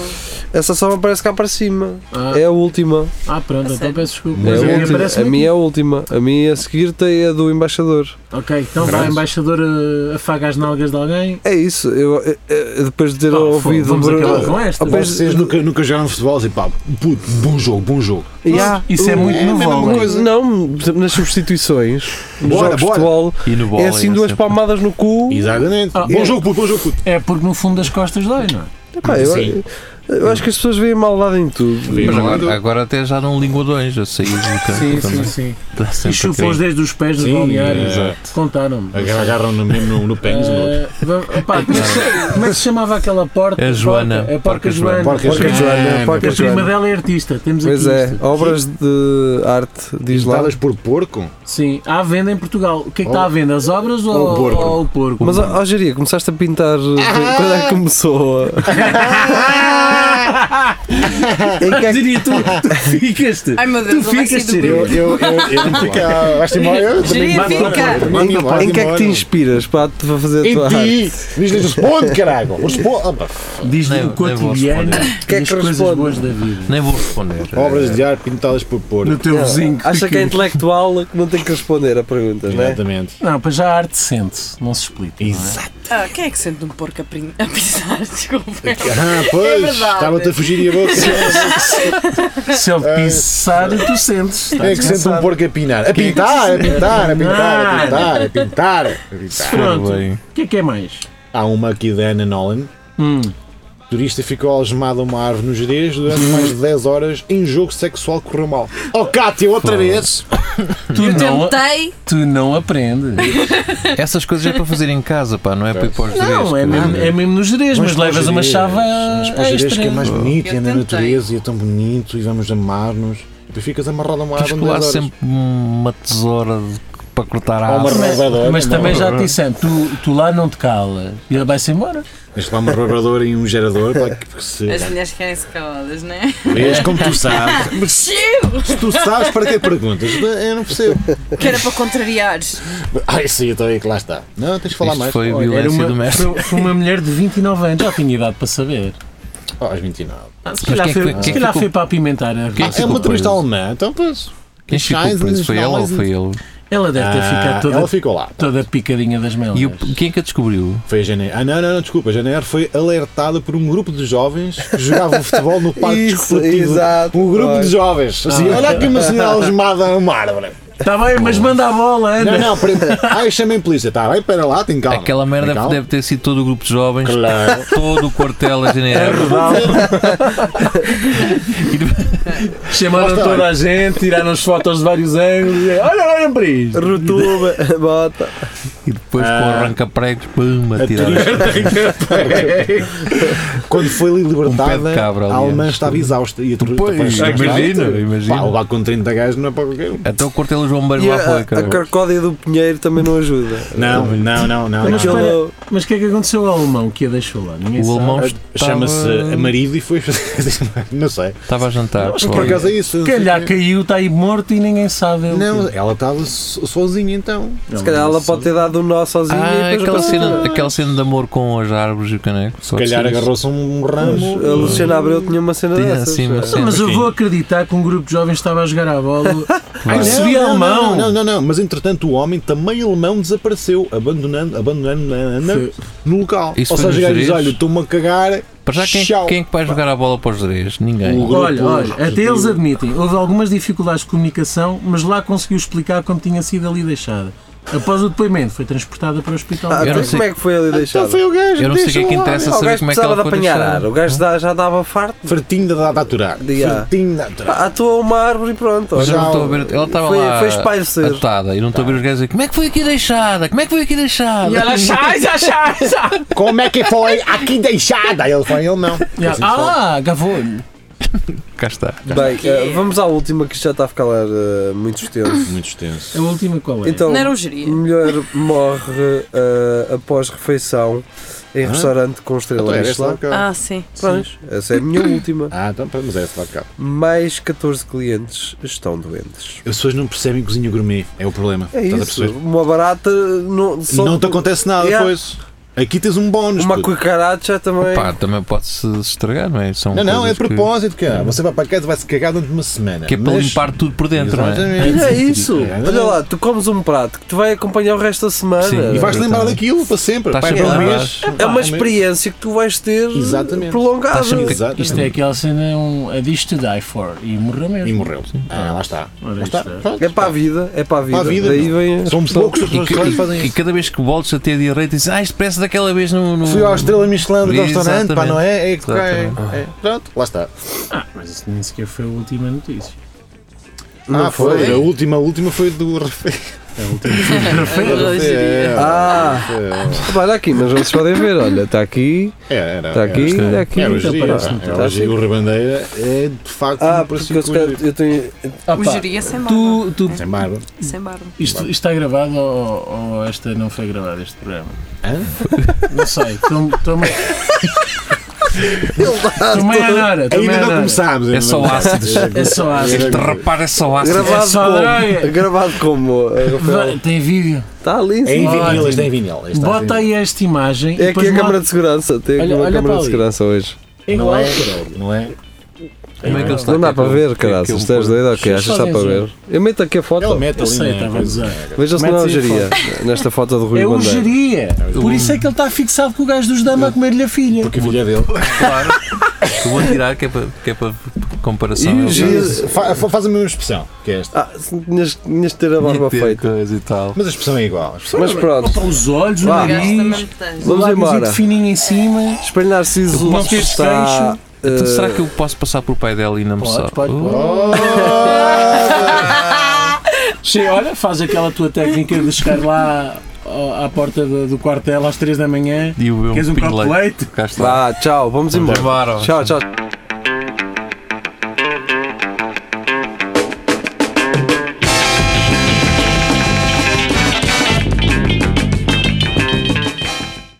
Speaker 1: Essa só me aparece cá para cima.
Speaker 5: Ah.
Speaker 1: É a última.
Speaker 5: Ah, pronto, então
Speaker 4: sério?
Speaker 5: peço
Speaker 1: É a,
Speaker 5: desculpa. Mas a minha
Speaker 1: última.
Speaker 5: aparece
Speaker 1: a minha é a última. A minha a seguir tem a do embaixador.
Speaker 5: Ok, então vai, embaixador, eh, afaga as nalgas de alguém.
Speaker 1: É isso. Eu, eu- eu- depois de ter
Speaker 5: Ah,
Speaker 1: ouvido.
Speaker 5: vamos
Speaker 1: Bruno-
Speaker 5: acabar com esta.
Speaker 1: Depois-
Speaker 7: Vocês nunca, nunca jogaram futebol assim, pá, puto, bom jogo, bom jogo.
Speaker 1: Yeah.
Speaker 5: Isso é muito no vôlei.
Speaker 1: Não, por exemplo, nas substituições, nos
Speaker 7: Bora,
Speaker 1: jogos de
Speaker 7: bora.
Speaker 1: futebol,
Speaker 3: E no
Speaker 1: é
Speaker 3: vôlei,
Speaker 1: assim
Speaker 3: é
Speaker 1: duas
Speaker 3: sempre-
Speaker 1: palmadas no cu.
Speaker 7: Exatamente.
Speaker 5: Ah,
Speaker 7: bom
Speaker 5: é.
Speaker 7: jogo, puto, bom jogo, puto.
Speaker 5: É porque no fundo das costas dói, não é?
Speaker 1: Pá, eu,
Speaker 7: Sim.
Speaker 1: eu acho que as pessoas veem maldade em tudo.
Speaker 7: Vê,
Speaker 3: Mas
Speaker 7: mano.
Speaker 3: agora, agora até já não linguadões a sair do campo. também.
Speaker 5: sim.
Speaker 3: Dá sempre
Speaker 5: E chupam
Speaker 3: aquele-
Speaker 5: os dedos dos pés do
Speaker 7: Sim,
Speaker 5: balneário.
Speaker 7: é.
Speaker 5: Exato. Contaram-me.
Speaker 7: Agar- Agarram no mesmo no, no pênis. no-
Speaker 5: Eh, va- epá, como, é que se- como é que se chamava aquela porta?
Speaker 3: A É Joana.
Speaker 5: Porca- A Porca
Speaker 3: Porca
Speaker 5: Joana.
Speaker 3: Joana.
Speaker 6: Porca
Speaker 5: Porca
Speaker 6: Joana.
Speaker 5: Joana.
Speaker 6: Ah,
Speaker 5: Porca
Speaker 1: Porca
Speaker 5: A prima
Speaker 1: Joana.
Speaker 5: dela é artista. Temos
Speaker 1: Pois
Speaker 5: aqui
Speaker 1: é,
Speaker 5: isto.
Speaker 1: obras de arte, diz lá.
Speaker 7: Dadas por porco?
Speaker 5: Sim, há à venda em Portugal. O que é que está à venda? As obras ou,
Speaker 6: ou o porco?
Speaker 5: ou o porco?
Speaker 1: Mas, ó, ó Jeria, começaste a pintar eh, quando
Speaker 5: [laughs]
Speaker 1: é que começou? em que
Speaker 5: Diria, tu, tu ficas-te.
Speaker 4: Ai meu Deus,
Speaker 5: Tu
Speaker 4: o Alexi
Speaker 5: ficas,
Speaker 4: do
Speaker 5: Siri.
Speaker 4: Bruno.
Speaker 6: Eu, eu, eu, eu não fico cá. Vais-te embora. Eu também.
Speaker 4: Geria,
Speaker 5: Mas-
Speaker 4: fica!
Speaker 1: em-
Speaker 6: Mano, vai
Speaker 1: em que é que
Speaker 6: embora.
Speaker 1: te inspiras para te- para fazer a
Speaker 6: Em
Speaker 1: tua arte?
Speaker 6: ti. Diz-lhe, responde, caralho. Responde. Ah, pá,
Speaker 5: Diz-lhe
Speaker 3: Nem-
Speaker 5: o
Speaker 3: nem vou
Speaker 5: cotidiano
Speaker 1: Que
Speaker 5: e
Speaker 1: é
Speaker 5: as
Speaker 1: que
Speaker 5: coisas
Speaker 1: responde?
Speaker 5: boas da vida.
Speaker 3: Nem vou responder.
Speaker 6: Obras de ar pintadas por
Speaker 5: No
Speaker 6: porco.
Speaker 5: teu vizinho.
Speaker 1: Acha que é intelectual que não tem que responder a perguntas,
Speaker 6: né?
Speaker 1: não é?
Speaker 6: Exatamente.
Speaker 5: Não, para já a arte sente-se, não se explica. não é?
Speaker 4: Ah, quem é que sente um porco a prin- a pisar? [laughs] Desculpa.
Speaker 6: [laughs] Ah,
Speaker 4: É
Speaker 6: pois.
Speaker 4: verdade.
Speaker 6: Estava-te a fugir e a boca.
Speaker 5: Se ele pisar, tu sentes.
Speaker 6: Ah, É que sente um porco a pinar. A pintar, a pintar, a pintar,
Speaker 4: Ah,
Speaker 6: a pintar, a pintar. a pintar.
Speaker 5: Pronto.
Speaker 3: bem.
Speaker 5: O que é que é mais?
Speaker 6: Há uma aqui da Ana Nolan.
Speaker 5: Hum.
Speaker 6: Turista ficou algemado a uma árvore no Jerez durante mais de 10 horas em jogo sexual que correu mal. Oh, Cátia, outra vez!
Speaker 5: Tu, não,
Speaker 4: Tentei!
Speaker 5: tu não aprendes.
Speaker 3: Essas coisas é para fazer em casa, pá, não é para ir para os
Speaker 5: Não, é mesmo, é mesmo no gerês, mas, levas uma chave
Speaker 6: Mas para os Jerez
Speaker 5: extra.
Speaker 6: que é mais bonito e
Speaker 4: Eu
Speaker 6: é na
Speaker 4: tentei.
Speaker 6: natureza e é tão bonito e vamos amar-nos. E tu ficas amarrado a uma
Speaker 3: Tens
Speaker 6: árvore
Speaker 3: que
Speaker 6: em 10
Speaker 3: levar
Speaker 6: horas.
Speaker 3: sempre uma tesoura de- para cortar
Speaker 6: Há
Speaker 3: a
Speaker 6: uma
Speaker 3: aço.
Speaker 6: rabadora.
Speaker 5: Mas
Speaker 6: não é?
Speaker 5: também já te disse, Sam, tu, tu lá não te calas e ele vai-se embora.
Speaker 6: Tens lá uma rabadora e um gerador para que porque se
Speaker 4: As mulheres querem ser caladas, [laughs] não é?
Speaker 6: vês como tu sabes. Mas se tu sabes para que perguntas, eu não percebo.
Speaker 4: Que era para contrariares.
Speaker 6: Ah, isso aí, então é que lá está. Não, tens de falar
Speaker 3: Isto
Speaker 6: mais.
Speaker 3: foi
Speaker 6: Olha,
Speaker 3: violência
Speaker 5: uma,
Speaker 3: doméstica.
Speaker 5: foi- foi uma mulher de 29 anos, já tinha idade para saber.
Speaker 6: Oh, aos 29.
Speaker 5: Se
Speaker 3: Mas
Speaker 5: calhar
Speaker 3: quem é que foi-
Speaker 5: foi, se
Speaker 3: quem é que
Speaker 5: calhar
Speaker 3: ficou-
Speaker 5: foi para apimentar a
Speaker 3: Quem é que
Speaker 6: É
Speaker 5: relação.
Speaker 3: ficou
Speaker 6: uma turista
Speaker 3: preso?
Speaker 6: alemã, então pois.
Speaker 3: Quem ficou
Speaker 6: Scheiße,
Speaker 3: preso? Foi ela ou foi ele?
Speaker 5: Ela deve ter
Speaker 6: Ah,
Speaker 5: ficado toda,
Speaker 6: Ela ficou lá.
Speaker 5: toda picadinha das melas.
Speaker 3: E o, quem é que a descobriu?
Speaker 6: Foi a Janeiro. Ah, não, não, não, desculpa. A Janeiro foi alertada por um grupo de jovens que
Speaker 3: [laughs]
Speaker 6: jogavam futebol no parque
Speaker 1: Isso,
Speaker 6: desportivo.
Speaker 1: exato.
Speaker 6: Um grupo de jovens. Assim,
Speaker 3: Ah.
Speaker 6: olha aqui uma senhora algemada numa árvore.
Speaker 5: Está Tá bem, mas manda a bola, anda.
Speaker 6: Não, não, peraí. Ai, chamem a polícia. Tá, vai para lá, tem calma.
Speaker 3: Aquela merda
Speaker 6: Tem calma.
Speaker 3: deve ter sido todo o grupo de jovens, [laughs]
Speaker 6: Claro.
Speaker 3: todo o quartel a [laughs]
Speaker 5: É
Speaker 3: Janeiro.
Speaker 5: Chamaram toda a gente, tiraram-nos fotos de vários ângulos. e, Olha, um olhem para isto.
Speaker 3: [laughs]
Speaker 1: Rotuba, bota.
Speaker 3: E depois com o arranca-pregos, pum, a tirar.
Speaker 6: Quando foi
Speaker 3: Um pé
Speaker 6: libertada,
Speaker 3: de cabra,
Speaker 6: a alemã
Speaker 3: aliás.
Speaker 6: estava exausta. E a turista
Speaker 3: Pois,
Speaker 6: foi exausta.
Speaker 3: imagino, imagino.
Speaker 6: Pá, levar com 30 gajos não é para qualquer um.
Speaker 3: Até o quartel João Barro
Speaker 1: E
Speaker 3: lá
Speaker 1: a,
Speaker 3: foi,
Speaker 1: a
Speaker 3: cara.
Speaker 1: carcódia do Pinheiro também não ajuda.
Speaker 6: Não, não, não, não.
Speaker 5: Mas
Speaker 6: não.
Speaker 5: espera,
Speaker 1: Aquele-
Speaker 5: mas o que é que aconteceu ao alemão que a deixou lá? Ninguém
Speaker 3: O
Speaker 5: sabe.
Speaker 3: alemão
Speaker 6: Chama-se a
Speaker 3: estava-
Speaker 6: marido e foi. [laughs] não sei.
Speaker 3: estava a jantar.
Speaker 6: Mas por acaso é isso. não sei
Speaker 5: Calhar
Speaker 6: o quê.
Speaker 5: caiu, está aí morto e ninguém sabe. ele.
Speaker 6: Não, ela estava so- sozinha então.
Speaker 1: Se calhar ela pode ter dado um nó sozinha
Speaker 3: Ah,
Speaker 1: e depois
Speaker 3: aquela
Speaker 1: passou.
Speaker 3: cena, aquela cena de amor com as árvores e o caneco. Só
Speaker 6: Se calhar
Speaker 3: que sim.
Speaker 6: agarrou-se um ramo.
Speaker 1: A Luciana Abreu tinha uma cena
Speaker 3: Tinha
Speaker 1: dessas.
Speaker 3: assim uma
Speaker 1: é.
Speaker 3: cena.
Speaker 5: mas eu
Speaker 3: Sim.
Speaker 5: vou acreditar que um grupo de jovens estava a jogar à [laughs] bola.
Speaker 6: Ah,
Speaker 5: Ai,
Speaker 6: não,
Speaker 5: se via
Speaker 6: não, Não,
Speaker 5: alemão.
Speaker 6: não, não, não, mas entretanto o homem também alemão desapareceu, abandonando, abandonando
Speaker 5: Foi.
Speaker 6: no local.
Speaker 3: Isso
Speaker 6: Ou
Speaker 3: foi
Speaker 6: seja,
Speaker 3: nos
Speaker 6: gajos,
Speaker 3: Jerez?
Speaker 6: olha, estou-me a cagar.
Speaker 3: Para já, quem,
Speaker 6: Tchau.
Speaker 3: quem é que vai jogar a bola para os três?
Speaker 6: O
Speaker 3: Ninguém.
Speaker 6: grupo
Speaker 5: Olha, olha, até
Speaker 6: respectivo.
Speaker 5: eles admitem, houve algumas dificuldades de comunicação, mas lá conseguiu explicar como tinha sido ali deixada. Após o depoimento, foi transportada para o hospital.
Speaker 1: Ah,
Speaker 3: Eu não
Speaker 1: então
Speaker 3: sei-
Speaker 1: como é que foi ali deixado?
Speaker 6: Então foi o gajo.
Speaker 3: Eu não sei o que é que
Speaker 6: deixa-o lá.
Speaker 3: interessa
Speaker 1: o
Speaker 3: saber
Speaker 1: gajo
Speaker 3: como é que
Speaker 1: precisava
Speaker 3: ela
Speaker 1: de
Speaker 3: foi
Speaker 1: apanhar ar.
Speaker 3: deixada.
Speaker 1: O gajo dá- já dava farto.
Speaker 6: Fartinho de dar a aturar.
Speaker 1: De- ah.
Speaker 6: Fartinho de aturar.
Speaker 1: Pá, Atua uma árvore e pronto.
Speaker 3: Mas eu
Speaker 1: olha.
Speaker 3: não estou a ver. Ela estava
Speaker 1: Foi-
Speaker 3: lá
Speaker 1: foi espairecer.
Speaker 3: atada e não estou a ver os gajos a dizer como é que foi aqui deixada? Como é que foi aqui deixada?
Speaker 5: Scheiße, [laughs] Scheiße!
Speaker 6: Como é que foi aqui deixada? Ele foi, ele não.
Speaker 5: Ah, gavou-lhe.
Speaker 3: Cá está.
Speaker 1: Bem, eh, vamos à última que isto já está a ficar lá, eh, muito extenso.
Speaker 6: Muito extenso.
Speaker 5: A última qual é?
Speaker 1: Então,
Speaker 4: Não era o geria.
Speaker 1: mulher morre eh, após refeição
Speaker 3: Ah.
Speaker 1: em restaurante com
Speaker 6: Então
Speaker 3: Então
Speaker 1: estrela Michelin.
Speaker 4: Ah, sim.
Speaker 1: Pois, essa é a minha última.
Speaker 6: Ah, então, pá, mas é essa lá cá.
Speaker 1: Mais 14 clientes estão doentes.
Speaker 6: As pessoas não percebem cozinha gourmet, é o problema.
Speaker 1: É
Speaker 6: Estás a
Speaker 1: isso.
Speaker 6: perceber?
Speaker 1: Uma barata não, só-
Speaker 6: Não te acontece nada,
Speaker 1: Yeah.
Speaker 6: pois. Aqui tens um bónus.
Speaker 1: Uma
Speaker 6: puto.
Speaker 1: cucaracha também.
Speaker 3: Pá, também pode-se estragar, não é? São
Speaker 6: Não, não, é
Speaker 3: coisas Uhum.
Speaker 6: de propósito, cara. Você vai para casa e vai se cagar durante uma semana.
Speaker 3: Que, que é para
Speaker 6: Mas-
Speaker 3: limpar tudo por dentro, não é?
Speaker 6: Exatamente.
Speaker 1: Olha isso!
Speaker 6: É.
Speaker 1: Olha lá, tu comes um prato que te vai acompanhar o resto da semana.
Speaker 3: Sim.
Speaker 6: E vais
Speaker 3: Exatamente.
Speaker 6: lembrar daquilo para sempre.
Speaker 3: Estás
Speaker 6: Vai
Speaker 3: sempre
Speaker 6: para um
Speaker 3: a
Speaker 6: mês.
Speaker 1: É uma
Speaker 6: Vai, um mês.
Speaker 1: experiência que tu vais ter
Speaker 6: Exatamente.
Speaker 1: prolongada.
Speaker 3: Estás sempre-
Speaker 6: Exatamente.
Speaker 5: Isto é aquela cena, um, a dish to die for. E morreu mesmo.
Speaker 6: E morreu. Ah, lá está.
Speaker 5: Ora,
Speaker 6: Lá está.
Speaker 5: isto é.
Speaker 6: Pronto.
Speaker 1: É para a vida, é para a vida.
Speaker 6: Para a vida,
Speaker 1: Daí
Speaker 6: não.
Speaker 1: vem.
Speaker 6: São poucos os
Speaker 3: E, que-
Speaker 6: restaurantes que fazem
Speaker 3: e- e
Speaker 6: isso.
Speaker 3: cada vez que voltes a ter direito, dizes, ah, isto parece daquela vez no. no...
Speaker 6: Fui à estrela Michelin do restaurante, pá,
Speaker 3: Exatamente.
Speaker 6: não é? É que é,
Speaker 3: Exatamente.
Speaker 6: é. Pronto, lá está.
Speaker 5: Ah, mas isso nem sequer foi a última notícia.
Speaker 6: ah, foi. A última, a última foi do Rafael.
Speaker 4: Era o geria.
Speaker 1: Ah, olha aqui, mas vocês podem ver, olha, está aqui, está Tá aqui, está aqui.
Speaker 6: É, hoje
Speaker 5: Então
Speaker 6: dia,
Speaker 5: parece-me
Speaker 6: é,
Speaker 5: que
Speaker 1: está
Speaker 6: hoje
Speaker 1: assim.
Speaker 6: o Ribandeira é de facto
Speaker 1: Ah,
Speaker 6: um
Speaker 1: porque
Speaker 6: parecido
Speaker 1: eu,
Speaker 6: com
Speaker 1: se
Speaker 6: o
Speaker 1: calhar-
Speaker 6: Jerez.
Speaker 1: eu tenho.
Speaker 6: Assim
Speaker 5: Ah,
Speaker 4: O
Speaker 5: pá,
Speaker 4: geria sem barba.
Speaker 5: tu, tu,
Speaker 6: Sem barba.
Speaker 4: Sem barba.
Speaker 5: isto, isto está gravado ou, ou esta não foi gravada, este programa?
Speaker 6: Hã?
Speaker 5: Não sei. Toma a Nora. tomei
Speaker 6: Ainda
Speaker 5: a
Speaker 6: não
Speaker 5: Nora.
Speaker 6: começámos.
Speaker 3: É só ácidos.
Speaker 5: É só ácido.
Speaker 3: Este rapaz é só ácido.
Speaker 5: É só
Speaker 1: Gravado
Speaker 5: droga.
Speaker 1: como? Gravado como? eh, Rafael?
Speaker 5: Vai, Tem vídeo.
Speaker 1: Está ali,
Speaker 6: É
Speaker 1: sim.
Speaker 6: em vinil,
Speaker 5: Ótimo.
Speaker 6: isto é em vinil. isto é em
Speaker 5: Bota
Speaker 6: vinil.
Speaker 5: aí esta imagem. e
Speaker 1: É aqui
Speaker 5: depois
Speaker 1: a
Speaker 5: mostra-
Speaker 1: câmara de segurança, tem aqui
Speaker 5: Olha-
Speaker 1: uma
Speaker 5: olha
Speaker 1: câmara
Speaker 5: para
Speaker 1: de
Speaker 5: ali.
Speaker 1: segurança hoje.
Speaker 6: Não é? Não é?
Speaker 3: Como é que ele está?
Speaker 1: Não dá para ver, caralho,
Speaker 3: que eu
Speaker 1: estás
Speaker 3: ponho?
Speaker 1: doido ou quê? Achas que está
Speaker 5: Só
Speaker 1: para
Speaker 5: desenho.
Speaker 1: ver? Eu meto aqui a
Speaker 6: Ele
Speaker 1: foto,
Speaker 6: mete
Speaker 5: Eu
Speaker 6: ali.
Speaker 5: sei,
Speaker 6: né,
Speaker 5: estava a
Speaker 6: coisa.
Speaker 5: usar.
Speaker 1: veja se
Speaker 5: Mete
Speaker 1: não é o
Speaker 5: aí a
Speaker 1: geria, nesta foto do Rui
Speaker 5: É o
Speaker 1: Bandeira.
Speaker 5: geria. Por isso é que ele está fixado com o gajo dos dama a comer-lhe a filha.
Speaker 6: Porque a filha é dele.
Speaker 3: Claro. Eu vou tirar, que é para, que é para comparação. é
Speaker 1: E o
Speaker 3: Eu
Speaker 1: Gil-
Speaker 6: Fa- fa- Faz a mesma expressão que é esta.
Speaker 1: Ah, se tinhas, tinhas de ter a
Speaker 3: tinha
Speaker 1: barba
Speaker 3: que ter
Speaker 1: feita.
Speaker 3: coisa e tal.
Speaker 6: Mas a expressão é igual. A
Speaker 5: Então,
Speaker 6: expressão-
Speaker 1: Mas pronto,
Speaker 5: Opa, os olhos, o
Speaker 1: Vá.
Speaker 4: Gajo
Speaker 5: nariz,
Speaker 4: também tem.
Speaker 1: Vamos
Speaker 5: o lábiozito
Speaker 1: embora.
Speaker 5: fininho em cima.
Speaker 1: Espelho Narciso
Speaker 5: O próprio
Speaker 1: está.
Speaker 3: Então
Speaker 1: eh,
Speaker 3: será que eu posso passar por pai dela e não me
Speaker 5: Pode,
Speaker 3: sabe? Oh,
Speaker 5: pode, pode. Sim, olha, faz aquela tua técnica de chegar lá ao- à porta do, do quartel às 3 da manhã.
Speaker 3: E o meu
Speaker 5: Queres um copo de leite?
Speaker 3: Cá está.
Speaker 1: Vá, tchau, vamos embora.
Speaker 3: embora.
Speaker 1: Tchau, tchau.